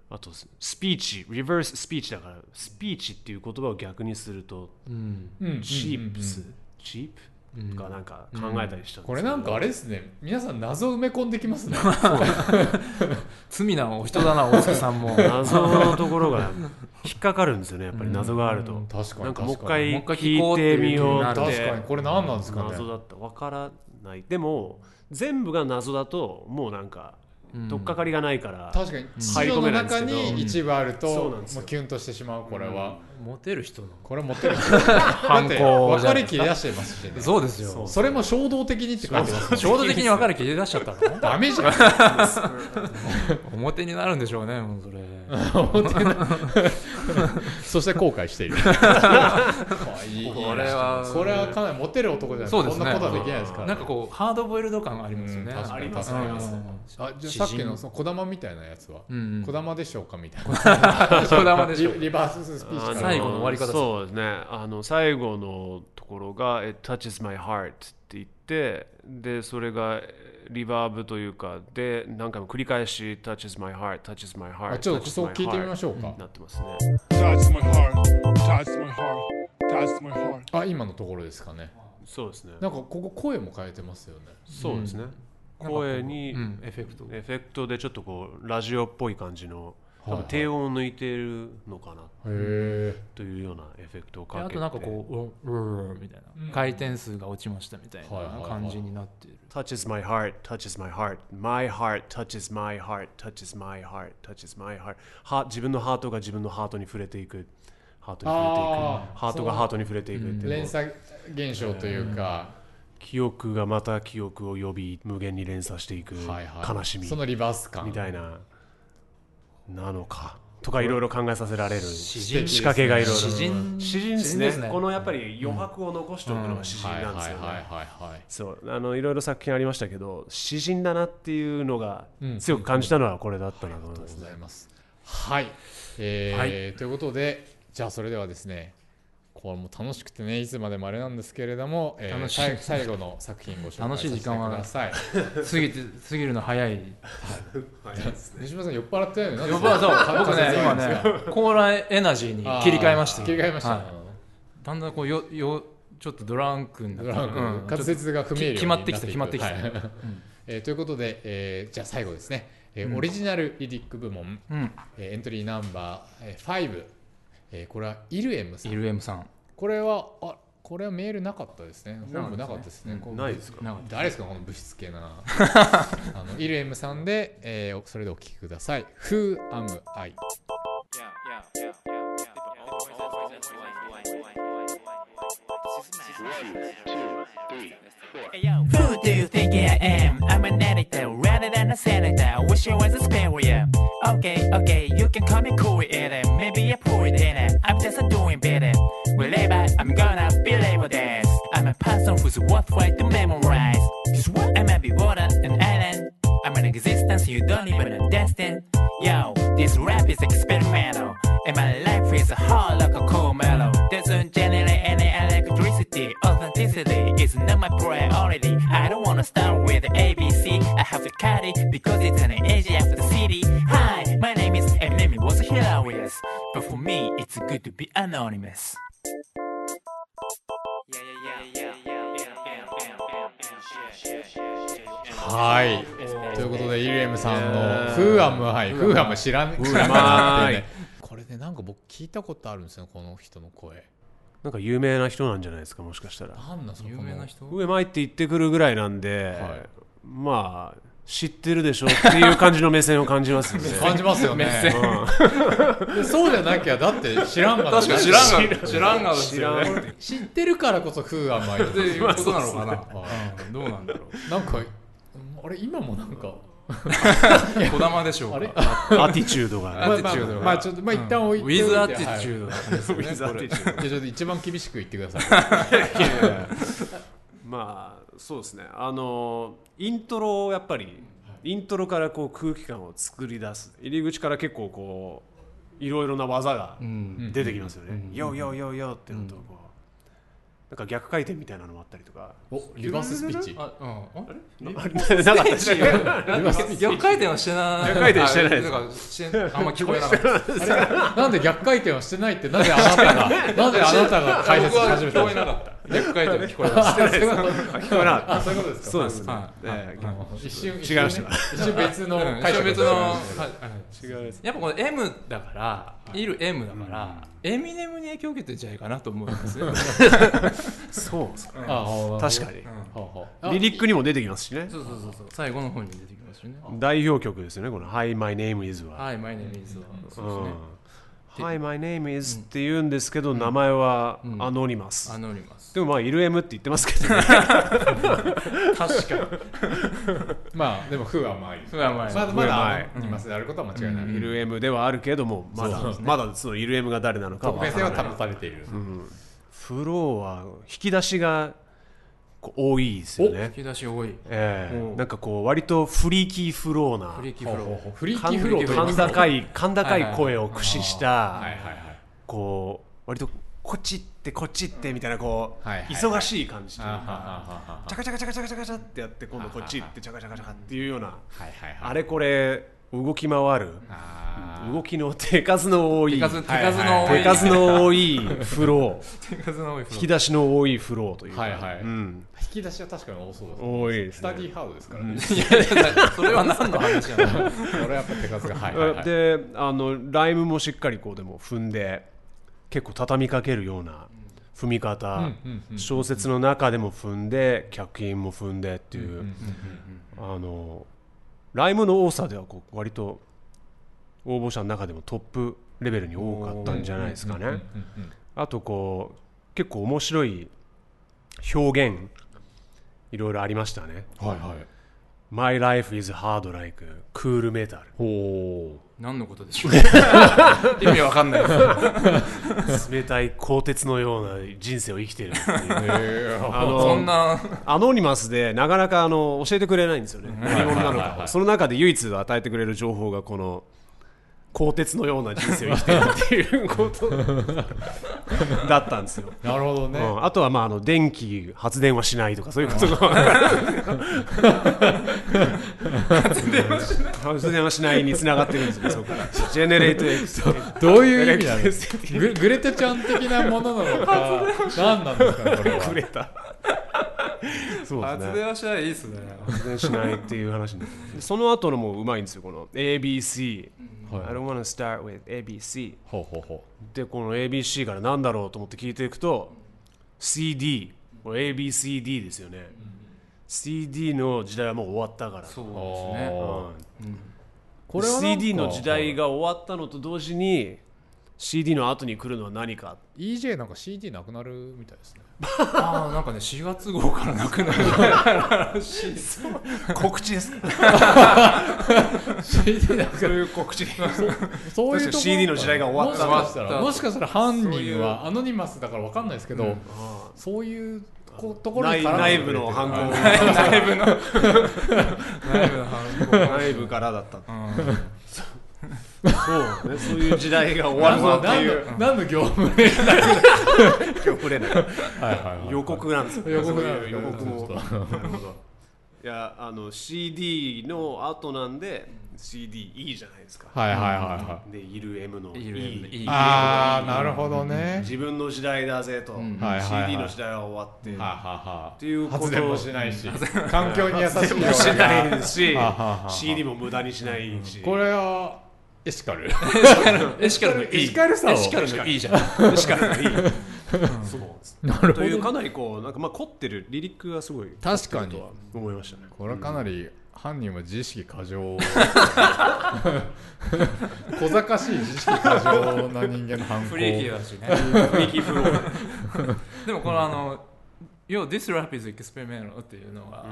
Speaker 2: あとススピーチリバーススピーチだからスピーチっていう言葉を逆にすると
Speaker 1: うん
Speaker 2: チープスチープとかなんか考えたりしたんですけど
Speaker 1: これなんかあれですね皆さん謎埋め込んでき ますね
Speaker 3: 罪なお人だな大塚さん もも
Speaker 2: 謎のところが引っかかるんですよねやっぱり謎があると、
Speaker 1: 確か
Speaker 2: なん
Speaker 1: に
Speaker 2: かもう一
Speaker 1: 確かに
Speaker 2: 回
Speaker 3: もう一回
Speaker 2: 聞いてみようっ
Speaker 3: 聞
Speaker 2: て
Speaker 3: こうっていう気に
Speaker 1: 確
Speaker 3: なる
Speaker 1: かにこれ何なんですかね
Speaker 2: 謎だったわからないでも全部が謎だともうなんか取っかかりがないから、
Speaker 1: 確かに地
Speaker 2: 入り
Speaker 1: 上
Speaker 2: 込
Speaker 1: の
Speaker 2: めないんで
Speaker 1: 中
Speaker 2: すけど
Speaker 1: に一部ある
Speaker 2: そう
Speaker 1: と
Speaker 2: なんですよ
Speaker 1: もうキュンとしてしまうこれは、
Speaker 3: モテる人な
Speaker 1: これ持 ってるだって
Speaker 2: 抗
Speaker 1: 分
Speaker 2: じゃ
Speaker 1: か
Speaker 2: な
Speaker 1: り
Speaker 2: い
Speaker 1: 切り出してますしね
Speaker 3: のそうですよ
Speaker 2: そう
Speaker 1: それも衝動的にって書いてます
Speaker 3: 衝動的に分かる気出しちゃったの
Speaker 1: ダメじゃん
Speaker 3: 表になるんでしょうねもうそれ
Speaker 1: 思ってないそして後悔しているいいいい
Speaker 3: これは
Speaker 1: これはかなりモテる男じゃない
Speaker 3: そ
Speaker 1: と
Speaker 3: うですね
Speaker 1: こんなことはできないですから
Speaker 3: なんかこうハードボイルド感がありますよね
Speaker 1: うん確かにありますね
Speaker 3: うん
Speaker 1: ありますあじゃあさっきのその小玉みたいなやつは
Speaker 3: うんうん
Speaker 1: 小玉でしょうかみたいな
Speaker 3: 小玉でしょ
Speaker 1: リリバーススピーチから
Speaker 3: 最後の終わり方です
Speaker 2: そうですねあの最後のところが「It touches my heart」って言ってでそれがリバーブというかで何回も繰り返し「touches my heart touches my heart」
Speaker 1: あちょっとそう聞いてみまし
Speaker 2: ょ
Speaker 1: ょうか
Speaker 2: なってますね
Speaker 8: Touch my heart. Touch my heart. Touch my heart.
Speaker 1: あ今のところですかね
Speaker 2: そうですね
Speaker 1: なんかここ声も変えてますよね
Speaker 2: そうですね声に
Speaker 3: うんエフェクト
Speaker 2: エフェクトでちょっとこうラジオっぽい感じの多
Speaker 1: はい
Speaker 2: 分低音を抜いてるのかな
Speaker 1: へ
Speaker 2: というようなエフェクトをかけて
Speaker 3: であとなんかこう「うるるるみたいな回転数が落ちましたみたい
Speaker 1: はいはいは
Speaker 3: ない感じになってる
Speaker 2: touches my heart, touches my heart, my heart, touches my heart, touches my heart, touches my heart. は自分のハートが自分のハートに触れていく。ハートに触れてい
Speaker 1: あー
Speaker 2: く。ハートがハートに触れていくって
Speaker 1: え
Speaker 2: いう
Speaker 1: 連
Speaker 2: の。
Speaker 1: 鎖現象というか
Speaker 2: 記憶がまた記憶を呼び、無限に連鎖していく
Speaker 1: はいはい
Speaker 2: 悲しみ
Speaker 1: そのリバース感
Speaker 2: みたいな。なのか。とかいろいろ考えさせられる。
Speaker 3: 詩
Speaker 2: 人仕掛けがいろいろ
Speaker 3: 詩人
Speaker 2: 詩人で
Speaker 3: 詩
Speaker 2: す
Speaker 3: 人
Speaker 2: ね
Speaker 3: ですね
Speaker 2: このやっぱり余白を残しておくのが詩人
Speaker 1: はいは
Speaker 2: ないんで
Speaker 1: は
Speaker 2: す
Speaker 1: い
Speaker 2: よね。
Speaker 1: はいはい
Speaker 2: そうあのいろいろ作品ありましたけど詩人だなっていうのが強く感じたのはこれだったなと思い
Speaker 1: ありが
Speaker 2: ま
Speaker 1: とう
Speaker 2: す
Speaker 1: ご
Speaker 2: ね
Speaker 1: ざいます。はい、えー
Speaker 3: はい
Speaker 1: ということでじゃあそれではですねこれも楽しくてねいつまでもあれなんですけれども、えー
Speaker 3: 楽しい
Speaker 1: さい最後の作品ご紹介さ
Speaker 3: 楽しい
Speaker 1: せて
Speaker 3: 時
Speaker 1: く
Speaker 3: 間は
Speaker 1: ださい。
Speaker 3: 過ぎて過ぎるの早い
Speaker 1: 西村さん酔っ払ってないのにな
Speaker 3: や
Speaker 1: んで
Speaker 3: ば そう 僕
Speaker 1: 風
Speaker 3: ね
Speaker 1: 強い
Speaker 3: 今
Speaker 1: んですよ
Speaker 3: ねコーラエナジーに
Speaker 1: あー
Speaker 3: 切り替えましたよ
Speaker 1: 切り替えましたね、
Speaker 3: はいだんだんこうよよちょっとドランクになっ
Speaker 1: ド
Speaker 3: て
Speaker 1: ラム
Speaker 3: うん
Speaker 1: 滑舌が不明瞭にな
Speaker 3: 決まってきた決まってきた
Speaker 1: はいえーということで、えーじゃあ最後ですね、えーオリジナルリリック部門、
Speaker 3: うん
Speaker 1: えーエントリーナンバー、えー、5、えーこれはイルエムさん
Speaker 3: イルエムさん
Speaker 1: これはあこれはメールなかったですね本部なかったですね、こう
Speaker 2: ないですか
Speaker 3: なんか
Speaker 1: 誰ですかこの物質系 なあのイルエムさんで、えーそれでお聞きください Who am I?
Speaker 9: Who do you think I am? I'm an editor rather than a senator. Wish I was a spaniel. Okay, okay, you can call me cool eater. Maybe a poor eater. I'm just doing better. Wherever I'm gonna be labeled this. I'm a person who's worthwhile to memorize. Cause what I might be water, an island. I'm an existence you don't even understand. Yo, this rap is experimental. And my life is a hard like a cool metal. Doesn't generate any electricity. Authenticity is not my priority. I don't wanna start with ABC. I have to cut it because it's an edge after the city. Hi, my name is Eminem. It was hilarious. But for me, it's good to be anonymous. Yeah, yeah, yeah, yeah, yeah.
Speaker 1: はいということでイルエムさんの Who am I? Who am I? 知らん知らんかなっていうねこれねなんか僕聞いたことあるんですよこの人の声
Speaker 2: なんか有名な人なんじゃないですかもしかしたら
Speaker 1: なんなんその
Speaker 3: 有名な人
Speaker 2: 上前って言ってくるぐらいなんで、
Speaker 1: はい
Speaker 2: まあ知ってるでしょっていう感じの目線を感じますよね
Speaker 1: 感じますよねでそうじゃなきゃだって知らんがな
Speaker 3: 確かに知らんが知らんがです
Speaker 2: 知
Speaker 3: よ
Speaker 2: ら
Speaker 3: ね
Speaker 2: ん
Speaker 1: 知ってるからこそ Who am I?
Speaker 3: っていうことなのかな
Speaker 1: は
Speaker 3: うんどうなんだろう
Speaker 1: なんかあれ今もなんか
Speaker 3: 小玉でしょうか
Speaker 1: あれ
Speaker 2: アティチュードが
Speaker 3: アティチュードが
Speaker 1: まあまあまあちょっとまあ一旦置いて
Speaker 3: ウ
Speaker 1: おいて
Speaker 3: ィズアティチュードだね
Speaker 2: ウィズアティチュード
Speaker 1: じゃあちょっと一番厳しく言ってくださ
Speaker 2: まあそうですねあのイントロをやっぱりイントロからこう空気感を作り出す入り口から結構こういろいろな技が出てきますよね「よよよよ」ってのとこうなんか逆回転みたいなのもあったりとか
Speaker 1: い。お、リバーススピーチ。
Speaker 3: あうんあ れ
Speaker 2: なかったでしたっ け
Speaker 1: リバースピーチ
Speaker 3: 逆回転はしてない
Speaker 2: 逆回転してないです
Speaker 3: あかしてあんま聞こえなかった
Speaker 1: なんで逆回転はしてないって、なぜあな たが、なぜあなたが解説し始めたんです
Speaker 3: 僕は聞こえな
Speaker 1: か。
Speaker 3: かった逆回転は聞こえなかっ
Speaker 2: 聞こえなか
Speaker 1: あ、
Speaker 2: っ
Speaker 1: そういうことです
Speaker 2: た
Speaker 1: か。
Speaker 2: そうですね
Speaker 3: はい
Speaker 2: ええ
Speaker 1: 一瞬、
Speaker 2: 違いました
Speaker 1: 一瞬ね一瞬別の
Speaker 3: たうん
Speaker 1: 解
Speaker 3: 一応
Speaker 1: 釈
Speaker 3: 別のはい
Speaker 2: 違うやつ
Speaker 3: やっぱこの M だから、いる M だから、エミネムに影響を受けてんじゃないかなと思うんですよ。
Speaker 2: そうですか
Speaker 1: あ、ほう
Speaker 2: 確かに
Speaker 1: ほうほう
Speaker 2: リリックにも出てきますしね
Speaker 3: そうそうそうそう。最後の方に出てきますよね。
Speaker 2: 代表曲ですよねこの「Hi My Name Is」は
Speaker 3: はい、マイネミーズは。そうです
Speaker 2: うん
Speaker 3: ね。て
Speaker 2: Hi, my name is って言うんですけど、名前はアノニマス
Speaker 3: ア。ノニマス
Speaker 2: でもまあ、イルエムって言ってますけどね。
Speaker 3: 確かに
Speaker 1: まあでも「ふ」はまあいい
Speaker 3: ふわま
Speaker 1: まだ
Speaker 3: い
Speaker 1: まだあの今すであることは間違いない、
Speaker 2: イルエムではあるけども、まだ、まだそのイルエムが誰なのか
Speaker 1: 特
Speaker 2: は
Speaker 1: 別性
Speaker 2: 分
Speaker 1: は
Speaker 2: からない。
Speaker 1: 保たれている、
Speaker 2: フローは引き出しがこう多いですよ
Speaker 3: 引
Speaker 2: ね。
Speaker 3: き出し多い
Speaker 2: ええなんかこう、割とフリーキーフローな
Speaker 3: フ。リーキ
Speaker 1: ほ
Speaker 3: ー
Speaker 1: う
Speaker 3: フロ
Speaker 1: ほう
Speaker 3: ー
Speaker 1: ほうフリーキー
Speaker 2: 甲
Speaker 1: フローと言います
Speaker 2: 高い、甲高い声を駆使した
Speaker 1: はい、はいはい
Speaker 2: こう、割とこっち行ってこっち行ってみたいな、こう、
Speaker 1: はいはいはい
Speaker 2: 忙しい感じという
Speaker 1: あはは
Speaker 2: か。
Speaker 1: はは
Speaker 2: チャカチャカチャカチャカチャカチャってやって今度こっち行ってチャカチャカチャカっていうような
Speaker 1: はいはいはい
Speaker 2: あれこれ動き回る
Speaker 1: あ
Speaker 2: 動きの手数の多い
Speaker 3: 手
Speaker 2: 手
Speaker 3: 数手数の多い
Speaker 2: 数の多いフロー
Speaker 3: 手数の多いフロ
Speaker 2: 引
Speaker 3: ー
Speaker 2: き出しの多いフローという
Speaker 1: ー
Speaker 2: か
Speaker 1: はいはい、
Speaker 2: うん
Speaker 1: 引き出しは確かに多そうですね
Speaker 2: 多いで
Speaker 1: ス
Speaker 2: す
Speaker 1: タ
Speaker 2: ね
Speaker 1: ディーハードですからね、
Speaker 3: いやいやだからそれは何の話なの
Speaker 1: 俺はやっぱ手数がはいはい、は
Speaker 2: え
Speaker 1: い、
Speaker 2: であのライムもしっかりこうでも踏んで結構畳みかけるような踏み方
Speaker 1: うんうんうん
Speaker 2: 小説の中でも踏んで脚品も踏んでっていうあのライムの多さではこう割と応募者の中でもトップレベルに多かったんじゃないですかね。あとこう結構面白い表現いろいろありましたね。
Speaker 1: はいはい
Speaker 2: My life is hard like cool metal
Speaker 1: ほ
Speaker 3: 何のことでしょう 意味わかんないです
Speaker 2: 冷たい鋼鉄のような人生を生きてるっていう
Speaker 1: うへー
Speaker 2: あの
Speaker 3: そんな
Speaker 2: アノニマスでなかなかあの教えてくれないんですよね何者なの
Speaker 1: はいはい
Speaker 2: か
Speaker 1: は
Speaker 2: を
Speaker 1: い
Speaker 2: その中で唯一与えてくれる情報がこの鋼鉄のような人生を生きてるってい うことだったんですよ、
Speaker 1: なるほどね、
Speaker 2: うんあとはまああの電気発電はしないとかそういうことが分かる発電はしないにつながってるんですよねそこからジェネレートエクス
Speaker 1: どういう
Speaker 2: エ
Speaker 1: 意味
Speaker 2: レク
Speaker 1: なの
Speaker 2: トリシティ
Speaker 1: ググレテちゃん的なものなの か何なんですかねこれは
Speaker 2: くれたそうですね
Speaker 3: 発電はしないいいっすね
Speaker 2: 発電しないっていう話になってその後のもうまいんですよこの ABC、
Speaker 1: はい
Speaker 2: I don't wanna start with ABC
Speaker 1: ほうほうほ
Speaker 2: でこの ABC から何だろうと思って聞いていくと CD これ ABCD ですよね、CD の時代はもう終わったから
Speaker 3: そう
Speaker 1: う
Speaker 3: ですね
Speaker 1: あーこ
Speaker 2: こ
Speaker 1: れ
Speaker 2: れ
Speaker 1: はなんか
Speaker 2: CD の時代が終わったのと同時に CD の後に来るのは何か
Speaker 1: EJ なんか CD なくなるみたいですね
Speaker 3: ああなんかね4月号からなくなる
Speaker 2: 告知ですか
Speaker 1: CD なくなる
Speaker 2: いう告知
Speaker 1: そういうところ
Speaker 2: 確かに CD の時代が終わった
Speaker 1: もしかしたらもしかしたら犯
Speaker 3: そうい
Speaker 1: 人
Speaker 3: う
Speaker 1: はアノニマスだから分かんないですけど、そういうここところに絡んで
Speaker 2: 内部の
Speaker 1: 犯
Speaker 2: 犯行
Speaker 3: 内部の内部の反抗
Speaker 2: 内部からだったってそうねそういう時代が終わるぞって
Speaker 1: 何
Speaker 2: い
Speaker 1: の
Speaker 2: う
Speaker 1: 何の業務連絡
Speaker 2: 触れない
Speaker 1: はいはいはい
Speaker 2: 予告なんですよ
Speaker 1: 予告
Speaker 2: そう
Speaker 1: なんで
Speaker 2: いう
Speaker 1: す
Speaker 2: 予
Speaker 1: よ
Speaker 2: 告も
Speaker 1: ちょっ
Speaker 2: いやあの CD の後なんで CDE じゃないですか
Speaker 1: はいはいはいはい
Speaker 2: でいる M の E
Speaker 3: いい
Speaker 1: ああなるほどね
Speaker 2: 自分の時代だぜと
Speaker 1: はいはいはい
Speaker 2: CD の時代は終わって
Speaker 1: はあはあはあ
Speaker 2: ていうこと
Speaker 1: 発電もしないし環境 に優しいような
Speaker 2: しないですし
Speaker 1: はあはあはあ
Speaker 2: CD も無駄にしないし
Speaker 1: これはエシカル
Speaker 3: エシカルの E
Speaker 1: エシカルさを
Speaker 3: エシカルの E じゃん
Speaker 2: しかないそうです
Speaker 1: なる
Speaker 2: というかなりこうなんかまあ凝ってるリリックがすごい
Speaker 1: 確 かに
Speaker 2: 思いましたね
Speaker 1: これはかなり犯人は自意識過剰 小賢しい自意識過剰な人間の犯行
Speaker 3: フリーキーだ しね
Speaker 2: 雰囲気フロー
Speaker 3: でもこのあの「Yo, this rap is experimental」っていうのは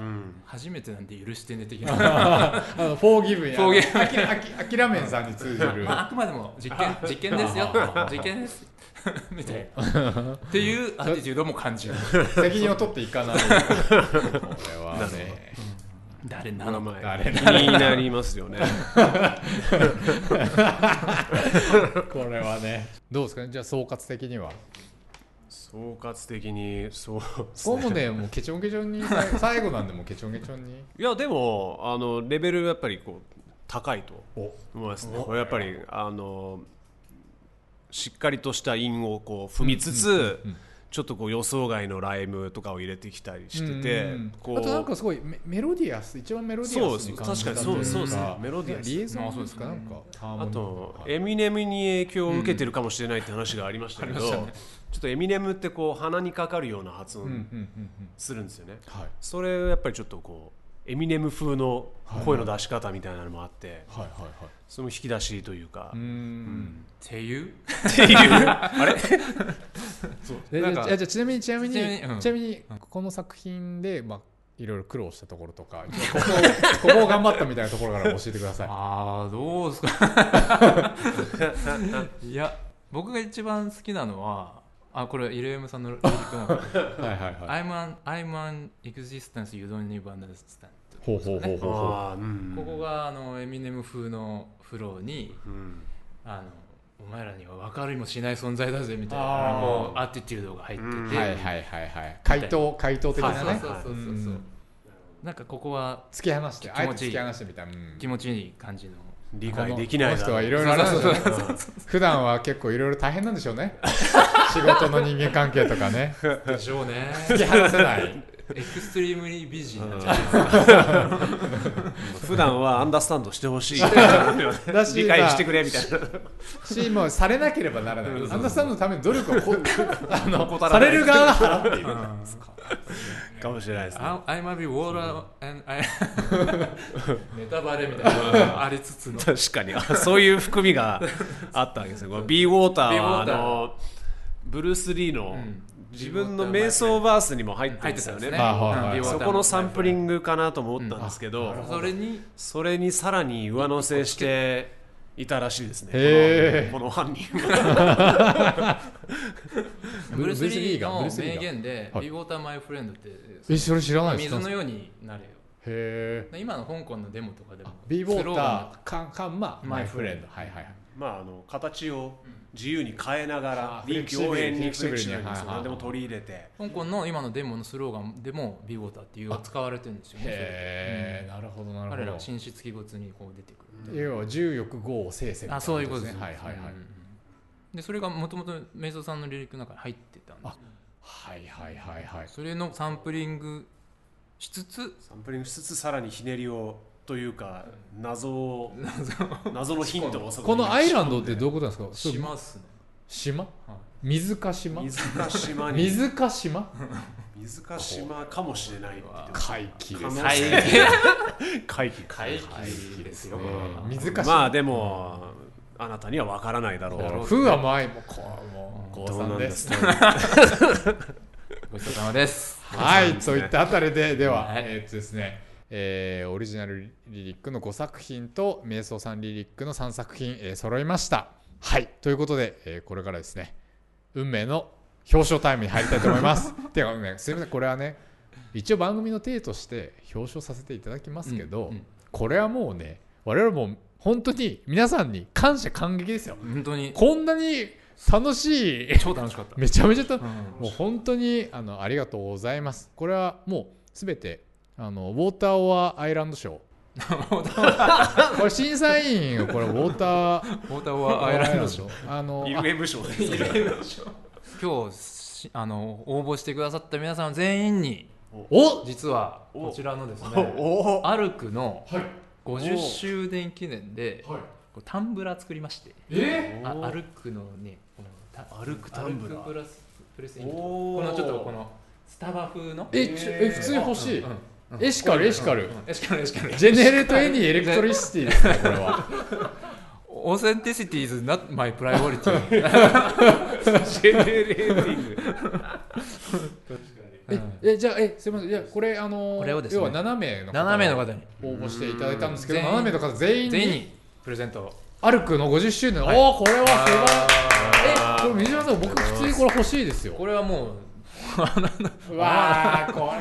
Speaker 3: 初めてなんで許してね的な
Speaker 1: あのフォーギブに
Speaker 3: Forgive
Speaker 1: あきあきあきらめんさんに通じ る
Speaker 3: まああくまでも実験実験ですよ実験です みたいなっていうアティチュードも感じる
Speaker 1: 責任を取っていかないこれはね
Speaker 3: 誰な
Speaker 2: 名
Speaker 3: の
Speaker 2: 前
Speaker 1: 誰
Speaker 2: 気になりますよね
Speaker 1: これはねどうですかねじゃあ総括的には
Speaker 2: 総括的にそう
Speaker 1: これもねもうケチョンケチョンに最最後なんでもうケチョンケチョンに
Speaker 2: いやでもあのレベルはやっぱりこう高いと思いますねこれやっぱりあのしっかりとした韻をこう踏みつつちょっとこう予想外のライムとかを入れてきたりしてて
Speaker 1: うん
Speaker 2: こう
Speaker 1: あとなんかすごいメメロディアス一番メロディアスに感じた
Speaker 2: そうです
Speaker 1: とい
Speaker 2: 確かにそうそうですね
Speaker 1: か
Speaker 2: メロディアス
Speaker 1: リエゾンそうですかなんかハーモ
Speaker 2: あ
Speaker 1: ニー
Speaker 2: とエミネムに影響を受けてるかもしれないって話がありましたけど、ちょっとエミネムってこう鼻にかかるような発
Speaker 1: うんう
Speaker 2: 音
Speaker 1: んうんうん
Speaker 2: するんですよね、
Speaker 1: はい
Speaker 2: それをやっぱりちょっとこうエミネム風の声の出し方みたいなのもあって、
Speaker 1: はいはいはい
Speaker 2: その引き出しというか、
Speaker 1: うーん
Speaker 3: ていう
Speaker 1: で
Speaker 2: なん
Speaker 1: じゃ
Speaker 2: か
Speaker 1: あじゃあちなみにちなみに
Speaker 3: ちなみにうん
Speaker 1: ちなみにこの作品でまあいろいろ苦労したところとかここをここを頑張ったみたいなところから教えてく ださい
Speaker 3: ああどうですか いや僕が一番好きなのはあこれイレムさんのロジックなのか
Speaker 1: はいはいはい
Speaker 3: I'm an, I'm an existence you don't need an understand
Speaker 1: ほうほうほうほうほ
Speaker 2: ああうん
Speaker 3: ここがあのエミネム風のフローに
Speaker 2: うん
Speaker 3: あのお前らには分かりもしない存在だぜみたい
Speaker 1: あ
Speaker 3: な
Speaker 1: ー
Speaker 3: こうアティテュードが入ってて、
Speaker 2: うん
Speaker 1: うはいはいはいはい回答回答的
Speaker 3: そう
Speaker 1: な
Speaker 3: そう
Speaker 1: ね
Speaker 3: そうそうそう、
Speaker 1: うん
Speaker 3: なんかここは
Speaker 1: 突き放して
Speaker 3: 気
Speaker 1: あえて
Speaker 3: 持ち
Speaker 1: 突
Speaker 3: いい
Speaker 1: き放してみたいなうん
Speaker 3: 気持ちいい感じの
Speaker 2: 理解できない
Speaker 1: この
Speaker 2: だ
Speaker 1: 人はい
Speaker 2: ろ
Speaker 1: ろいろあるん
Speaker 3: そう
Speaker 1: で
Speaker 3: そう
Speaker 1: しょうね 普段は結構いろいろ大変なんでしょうね仕事の人間関係とか ね
Speaker 3: でしょうね
Speaker 1: 突き放せない
Speaker 3: エクストリームリー美人になっちゃう
Speaker 2: 普段はアンダースタンドしてほしい
Speaker 1: だし
Speaker 2: 理解してくれみたいな
Speaker 1: しもうされなければならないアンダースタンドのための努力をこあの
Speaker 2: 怠
Speaker 1: さ
Speaker 2: らない
Speaker 1: れる側が払っている
Speaker 2: かもしれないですね
Speaker 3: I, I might be water and I ネタバレみたいなのがありつつの
Speaker 2: 確かにあそういう含みがあったわけですねこの B ウォーター
Speaker 3: Be Water
Speaker 2: はあのブルース・リーの
Speaker 3: ん
Speaker 2: 自分の瞑想バースにも入って
Speaker 3: 入
Speaker 2: る
Speaker 3: っ
Speaker 2: んです
Speaker 3: てたん
Speaker 2: よ
Speaker 3: で
Speaker 2: ね
Speaker 3: すね、
Speaker 1: はいはいはい
Speaker 3: うん
Speaker 2: そこのサンプリ
Speaker 3: グ
Speaker 2: ングかなとも思ったんですけど、
Speaker 3: それに
Speaker 2: それにさらに上乗せしていたらしいですね
Speaker 1: へー
Speaker 2: このこの犯人は
Speaker 3: ブルース・リーの
Speaker 1: ブルースリー
Speaker 3: 名
Speaker 1: が
Speaker 3: 言で
Speaker 1: は
Speaker 3: 「
Speaker 1: い
Speaker 3: Be Water My Friend」って
Speaker 1: えそれ知らないです
Speaker 3: 水の
Speaker 1: へ
Speaker 3: ようになれよ
Speaker 1: え
Speaker 3: 今の香港のデモとかでも
Speaker 1: ビーボ
Speaker 3: スロ
Speaker 1: ー
Speaker 3: ーガン
Speaker 1: ターカンカンママイフレンドはいはいはい
Speaker 2: まああ の形を自由に変えながら
Speaker 1: あー
Speaker 2: 臨機応変にフ
Speaker 1: フレキ
Speaker 2: レキ
Speaker 1: シ
Speaker 2: シ
Speaker 1: ブルに
Speaker 2: ブルに
Speaker 1: はいはい
Speaker 2: そう何でも取り入れて
Speaker 3: 香港の今のデモのスローガンでも「Be Water」っていう使われてるんですよね
Speaker 1: へえなるほどな
Speaker 3: 彼
Speaker 1: る
Speaker 3: ら
Speaker 1: ほ
Speaker 3: は
Speaker 1: ど
Speaker 3: 神出鬼没にこう出てくる
Speaker 1: 要は重欲豪を制せみた
Speaker 3: あそういうこと
Speaker 1: で
Speaker 3: ですす
Speaker 1: ね
Speaker 3: ね
Speaker 1: はいはいはい
Speaker 3: うんうんうんでそれがもともと瞑想さんのリリックの中に入ってたんです
Speaker 1: はいはいはいはい
Speaker 3: それのサンプリングしつつ
Speaker 2: サンプリングしつつさらにひねりをというか謎 を謎のヒントをそ
Speaker 1: こ
Speaker 2: に
Speaker 1: のアイランドってどういうことなんですか
Speaker 3: し
Speaker 1: そう
Speaker 3: ますね
Speaker 1: 島水か島
Speaker 2: 水か島に
Speaker 1: 水か島
Speaker 2: 水か島かもしれないって言ってました
Speaker 1: 怪奇です
Speaker 2: 可能性怪奇
Speaker 3: いいですよ
Speaker 1: 水か島
Speaker 2: まあでもあなたには分からないだろう
Speaker 1: 風は前もこうもう
Speaker 2: どう
Speaker 1: 高
Speaker 2: な
Speaker 1: 三
Speaker 2: ん
Speaker 1: で
Speaker 2: ですすか
Speaker 3: ごちそうさまです
Speaker 1: はい、といったあたりで、では、
Speaker 3: はい
Speaker 1: えーっとですね、えーオリジナルリリックの5作品と、瞑想さんリリックの3作品、えー揃いました。はい、ということで、えーこれからですね、運命の表彰タイムに入りたいと思い ます。てか、ね、すみません、これはね、一応番組の体として表彰させていただきますけど、
Speaker 3: うんうん
Speaker 1: これはもうね、我々も本当に皆さんに感謝感激ですよ。
Speaker 3: 本当に
Speaker 1: こんなに楽しい
Speaker 3: 超楽しかった
Speaker 1: めちゃめちゃと、
Speaker 3: ん
Speaker 1: もう本当にあのありがとうございますこれはもうすべてあのウォーター・オア・アイランドショ ーこれ審査員よこれウォーター・
Speaker 3: 太田
Speaker 1: オ
Speaker 3: は
Speaker 1: ア・
Speaker 3: ア
Speaker 1: ア
Speaker 3: イ
Speaker 1: イ
Speaker 3: ラ
Speaker 1: ラ
Speaker 3: ン
Speaker 1: ン
Speaker 3: ド
Speaker 1: ド
Speaker 3: シ
Speaker 1: シ
Speaker 3: ョ
Speaker 1: ョ
Speaker 3: ー
Speaker 1: ーあの
Speaker 2: イルエムショーですけど
Speaker 3: 今日しあの応募してくださった皆さん全員に
Speaker 1: お
Speaker 3: 実はこちらのですね
Speaker 2: おお
Speaker 3: アルクの
Speaker 2: お
Speaker 3: 50周年記念でこうタンブラー作りまして
Speaker 1: え
Speaker 3: あアルクのねこのた
Speaker 2: アルクタンブラー
Speaker 3: アルクプラスプレスインク
Speaker 2: こ
Speaker 3: このちょっとこのスタバ風の
Speaker 1: えちょえ普通に欲しい、
Speaker 3: うんうん
Speaker 1: エシカルエシカル、
Speaker 3: うんエシカルエシカル
Speaker 1: ジェネレート・エニー・エレクトリシティ ですねこれは
Speaker 3: オーセンティシティーズ not my priority
Speaker 2: ジェネレーティング
Speaker 1: ええじゃあえすみませんいやこれあの
Speaker 3: これをですね
Speaker 1: 要は7名の
Speaker 3: 7名の方に
Speaker 1: 応募していただいたんですけど
Speaker 3: 全員
Speaker 1: 7名の方全員
Speaker 3: 全員
Speaker 1: に
Speaker 3: にプレゼントを
Speaker 1: アルクの50周年、
Speaker 3: はい
Speaker 1: おおこれはすごい
Speaker 2: あ
Speaker 1: これ水島さん僕普通にこれ欲しいですよ
Speaker 3: これはもう
Speaker 1: うわあこ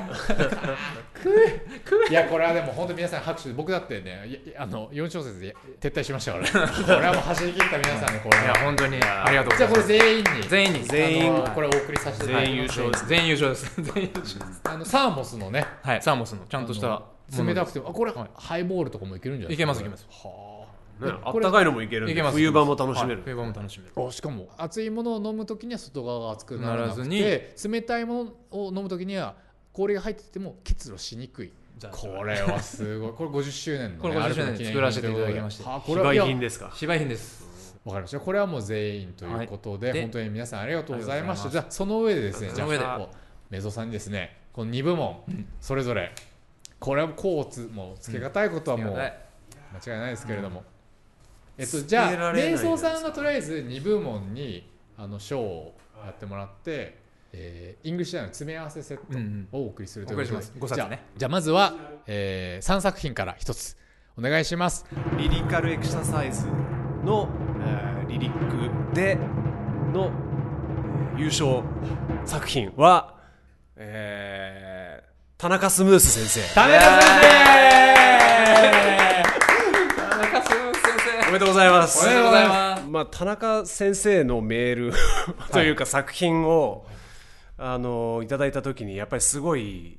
Speaker 1: れいやこれはでも本当皆さん拍手で僕だってねいやあの4小節で撤退しましたからこれはもう走り切った皆さんにこれ
Speaker 3: いや本当にありがとうご
Speaker 1: じゃ
Speaker 3: ざい
Speaker 1: あ
Speaker 3: ま
Speaker 1: こ
Speaker 3: す
Speaker 1: れ全員に
Speaker 3: 全員に
Speaker 2: 全員
Speaker 1: あのこれお送りさせていただき
Speaker 2: 全員優
Speaker 1: ます
Speaker 2: 勝です
Speaker 3: 全員優勝です 全員優勝
Speaker 1: あのサーモスのね
Speaker 3: はいサーモスのちゃんとし
Speaker 1: あ
Speaker 3: た
Speaker 1: の冷たくてもあこれ
Speaker 3: はい
Speaker 1: ハイボールとかもいけるんじゃない
Speaker 3: いけますいけます
Speaker 1: はあ
Speaker 2: ねあったかいのもいけるん
Speaker 3: い
Speaker 2: で
Speaker 3: けます
Speaker 2: 冬場も楽しめ
Speaker 3: はい冬
Speaker 2: る
Speaker 3: 場も楽しめる
Speaker 1: おしかも熱いものを飲むときには外側が熱くならなく
Speaker 3: な
Speaker 1: て冷たいものを飲むときには氷が入ってても結露しにくいこれはす ごいこれ50周年の、ね、
Speaker 3: これ50周年で作らせていただきまして
Speaker 1: あこ
Speaker 2: 非
Speaker 1: れはいや
Speaker 2: 売
Speaker 1: わ
Speaker 2: 品
Speaker 1: か
Speaker 2: ですか
Speaker 3: 芝居品です
Speaker 1: りましたこれはもう全員ということで,、
Speaker 3: はいで
Speaker 1: 本当に皆さんありがとうございました
Speaker 3: あり
Speaker 1: じゃあその上でですね
Speaker 3: そ
Speaker 1: じゃ
Speaker 3: の上で
Speaker 1: あこうメゾさんにですねこの2部門それぞれこれはこうつもうつけがたいことはもう間違いないですけれども、えっとじ
Speaker 2: 捨て
Speaker 1: ゃ
Speaker 2: ら
Speaker 1: あ
Speaker 2: れな
Speaker 1: 瞑
Speaker 2: いですか
Speaker 1: 想さんがとりあえず2部門にあの賞をやってもらって、えーイングリッシュダイの詰め合わせセッ
Speaker 3: うんうん
Speaker 1: トをお送りすると
Speaker 3: お
Speaker 1: いう
Speaker 3: 送
Speaker 1: こ
Speaker 3: り
Speaker 1: と
Speaker 3: し
Speaker 1: で、
Speaker 3: ます5冊ね
Speaker 1: じゃあまずは、え3作品から1つお願いします
Speaker 2: リリカルエクササイズの、えーリリックでのえー優勝作品は、えー田中スムース先生
Speaker 1: 田中先
Speaker 3: 田中先
Speaker 2: おめでとうございます
Speaker 3: 生おめでとうございます
Speaker 2: まあ、田中先生のメール というか作品を、あのいただいた時にやっぱりすごい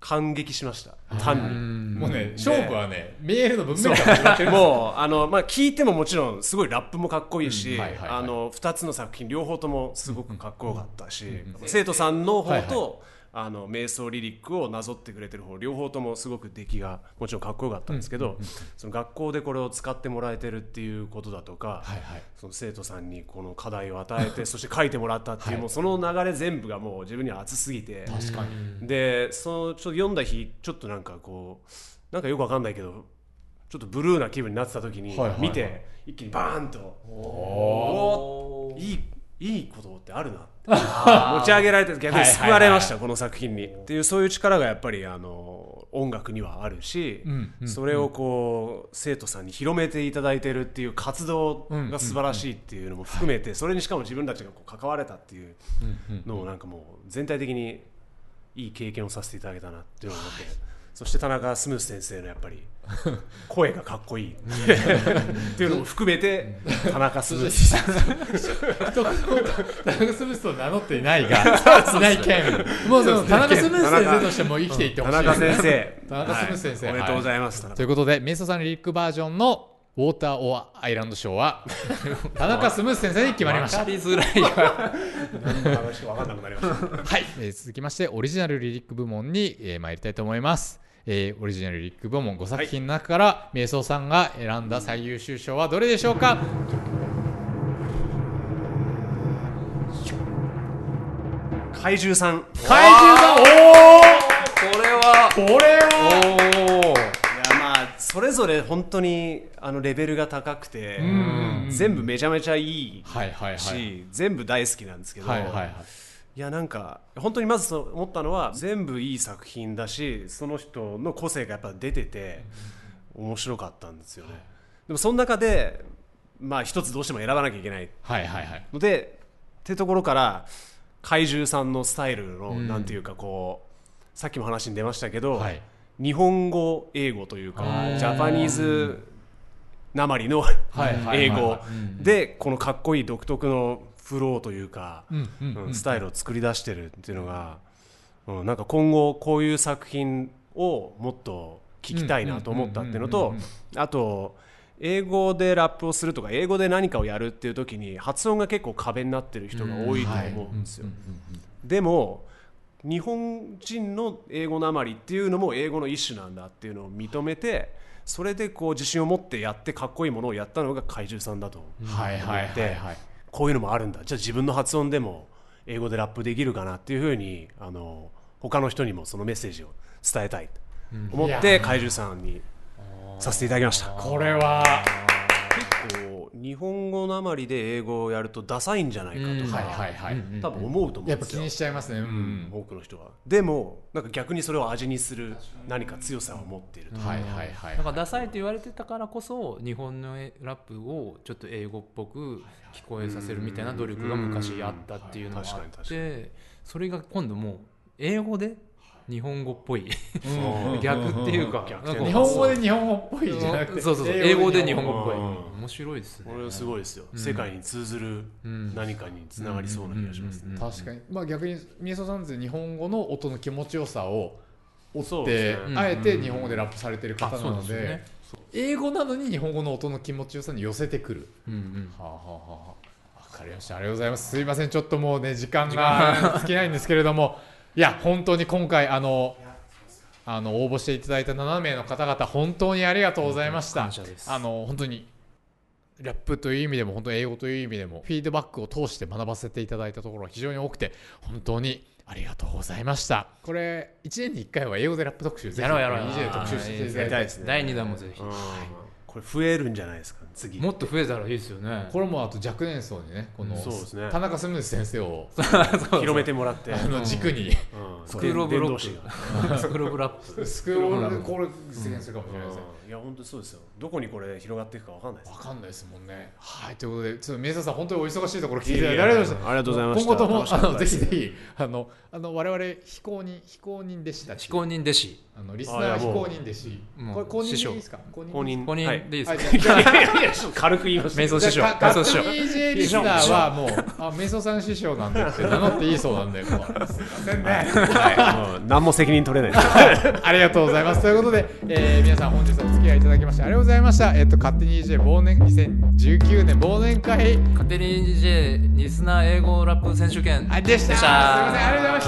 Speaker 2: 感激しました単
Speaker 1: 生もうね勝負はねメールの文面から始まって
Speaker 2: に
Speaker 1: る
Speaker 2: もうあの、まあ、聞いてももちろんすごいラップもかっこいいし、
Speaker 1: うんはいはいはい
Speaker 2: あの2つの作品両方ともすごくかっこよかったし、生徒さんの方と、
Speaker 1: はいはい
Speaker 2: あの瞑想リリックをなぞってくれてる方両方ともすごく出来がもちろんかっこよかったんですけど、その学校でこれを使ってもらえてるっていうことだとか、
Speaker 1: はいはい
Speaker 2: その生徒さんにこの課題を与 えてそして書いてもらったっていう,、もうその流れ全部がもう自分には熱すぎて
Speaker 1: 確かに
Speaker 2: でそのちょっと読んだ日ちょっとなんかこうなんかよくわかんないけどちょっとブルーな気分になってた時に
Speaker 1: はいはいはい
Speaker 2: 見て、一気にバーンとおーいいいいことってあるなって持ち上げられて逆に救われました、この作品に。っていうそういう力がやっぱりあの音楽にはあるし、
Speaker 1: んうん
Speaker 2: それをこう生徒さんに広めていただいてるっていう活動が素晴らしいっていうのも含めて、それにしかも自分たちがこう関われたっていうのをなんかもう全体的にいい経験をさせていただけたなっていうのを思って、そして田中スムース先生のやっ ぱり声がかっ こいいっていうのも含めて田中スムース
Speaker 1: 人が田中スムースを名乗っていないが、いない件、もうその田中スムース先生としても生きていってほ
Speaker 2: 田
Speaker 1: しいで
Speaker 2: 中
Speaker 1: すね。
Speaker 2: 先生
Speaker 1: 田中スムース先生
Speaker 2: はいおめでとうございます、田
Speaker 1: と
Speaker 2: 中
Speaker 1: いうことで、メイソさんのリリックバージョンのウォーター・オア・アイランドショーは、田中スムース先生に決まりました。
Speaker 3: りづらいわ
Speaker 2: 話が分かんなくなりました
Speaker 1: はい、えー続きましてオリジナルリリック部門に、えー参りたいと思います、えーオリジナルリリック部門5作品の中から、瞑想さんが選んだ最優秀賞はどれでしょうか
Speaker 2: 怪獣さん
Speaker 1: 怪獣さん
Speaker 3: これは
Speaker 1: おおこれはい
Speaker 2: やまあそれぞれ本当にあのレベルが高くて全部めちゃめちゃいい
Speaker 1: はいはいはい
Speaker 2: し、全部大好きなんですけど、
Speaker 1: はいはいはい
Speaker 2: いやなんか本当にまずそう思ったのは全部いい作品だしその人の個性がやっぱ出てて面白かったんですよね、でもその中でまあ一つどうしても選ばなきゃいけない
Speaker 1: はいはいはい
Speaker 2: のでってところから怪獣さんのスタイルの、なんていうかこうさっきも話に出ましたけど、
Speaker 1: はい
Speaker 2: 日本語英語というかジャパニーズなまりの
Speaker 1: いはいはい
Speaker 2: 英語でこのかっこいい独特のフローというか、うんスタイルを作り出してるっていうのが、うん、なんか今後こういう作品をもっと聞きたいなと思ったっていうのとあと英語でラップをするとか英語で何かをやるっていう時に発音が結構壁になってる人が多いと思うんですよ。でも日本人の英語なまりっていうのも英語の一種なんだっていうのを認めてそれでこう自信を持ってやってかっこいいものをやったのが怪獣さんだと
Speaker 1: はいはいはいはい
Speaker 2: こういうのもあるんだじゃあ自分の発音でも英語でラップできるかなっていうふうにあの他の人にもそのメッセージを伝えたいと思っ
Speaker 1: い
Speaker 2: て怪獣さんにさせていただきました
Speaker 1: これは
Speaker 2: 結構日本語なまりで英語をやるとダサいんじゃないかと
Speaker 1: はい
Speaker 2: か
Speaker 1: はいはい、
Speaker 2: 多分思うと思うん
Speaker 1: やっ
Speaker 2: で
Speaker 1: ぱ
Speaker 2: す
Speaker 1: 気
Speaker 2: よ
Speaker 1: にしちゃいますね、うん
Speaker 2: 多くの人はでもなんか逆にそれを味にする何か強さを持っていると
Speaker 1: はいはいはい
Speaker 3: なんかダサいと言われてたからこそ日本のラップをちょっと英語っぽく聞こえさせるみたいな努力が昔あったっていうのが
Speaker 2: うん
Speaker 3: あ
Speaker 2: はい確か
Speaker 3: っ
Speaker 2: に確
Speaker 3: てそれが今度もう英語で日本語っぽい逆っていうか
Speaker 2: 逆
Speaker 3: なん
Speaker 2: 転
Speaker 3: か
Speaker 1: 日本語で日本語っぽいじゃなくて
Speaker 3: そうそうそう英語で日本
Speaker 1: 語
Speaker 3: 語っぽい
Speaker 2: うん
Speaker 3: 面白いですね
Speaker 2: これはすごいですよ世界に通ずる何かにつながりそうな気がしますね
Speaker 1: 確かにまあ逆にみえそさんって日本語の音の気持ちよさを
Speaker 2: そう
Speaker 1: で
Speaker 2: ですね
Speaker 1: あえて日本語でラップされてる方な
Speaker 3: あ
Speaker 1: の
Speaker 3: そう
Speaker 1: で
Speaker 3: ですよね
Speaker 1: 英語なのに日本語の音の気持ちよさに寄せてくる、
Speaker 3: うんうん
Speaker 1: はあはあはあはあわかりましたありがとうございますすいませんちょっともうね時間が尽きないんですけれどもいや本当に今回あのあの応募していただいた7名の方々本当にありがとうございました
Speaker 3: 感謝です
Speaker 1: あの本当にラップという意味でも本当に英語という意味でもフィードバックを通して学ばせていただいたところが非常に多くて本当にありがとうございましたこれ1年に1回は英語でラップ特集ぜひ
Speaker 3: やろうやろう
Speaker 1: 20で特集していただき
Speaker 2: や
Speaker 1: た
Speaker 2: り
Speaker 1: い
Speaker 2: たいですね
Speaker 3: 第2弾もぜひ、
Speaker 2: うんこれ増えるんじゃないですか次
Speaker 3: もっと増えたらいいですよね
Speaker 1: これもあと若年層にねこの
Speaker 2: そうですね
Speaker 1: 田中スムーズ先生を
Speaker 2: 広めてもらって
Speaker 1: あの軸に
Speaker 2: うん
Speaker 3: スクールオブ
Speaker 2: 伝
Speaker 3: ロッ
Speaker 2: 道師が
Speaker 3: クスクールオブラップ
Speaker 1: スクールでこれ実現するかもしれないですね
Speaker 2: うんいや本当にそうですよどこにこれ広がっていくかわかんないです
Speaker 1: わかんないですもんね。はい、ということで、ちょっと宮沢さん、本当にお忙しいところ聞いてい
Speaker 2: い
Speaker 1: ただ
Speaker 2: や
Speaker 1: い
Speaker 2: い
Speaker 1: て
Speaker 2: や
Speaker 1: ありがとうございました。
Speaker 2: ありがとうございました
Speaker 1: 今後とも、あ
Speaker 2: 楽しかっ
Speaker 1: の、ぜ
Speaker 2: たで
Speaker 1: ひ
Speaker 2: す
Speaker 1: ぜひ、あの、あの、我々非公認、非公認弟子たち。
Speaker 3: 非公認弟子
Speaker 1: あの、リス
Speaker 2: あい
Speaker 1: ナー
Speaker 2: や
Speaker 1: 非
Speaker 2: もう
Speaker 1: 公認弟子。
Speaker 3: もう
Speaker 1: これ公認で
Speaker 3: 師匠
Speaker 1: いいですか。公認。
Speaker 2: 公認
Speaker 3: 公
Speaker 2: は
Speaker 3: 認
Speaker 2: い
Speaker 3: でいいです か、
Speaker 1: はい、じゃあ
Speaker 2: いやちょっと軽く言いました
Speaker 3: 瞑想師匠
Speaker 1: じゃあ
Speaker 3: 瞑
Speaker 1: か
Speaker 3: 想師
Speaker 1: 勝
Speaker 3: 匠
Speaker 1: 手に EJ リスナーはもう、あ、瞑想さん師匠なんでって名乗っていいそうなんで、こ うすいませんね。
Speaker 2: はいもう何も責任取れないで す
Speaker 1: ありがとうございます。ということで、えー皆さん本日はお付き合いいただきましてありがとうございました。えっと、勝手に EJ 忘年、2019年忘年会
Speaker 3: 勝手に DJ リスナー英語ラップ選手権
Speaker 1: あでした。
Speaker 3: で
Speaker 1: すみま
Speaker 3: した
Speaker 1: せん、ありがとうございました。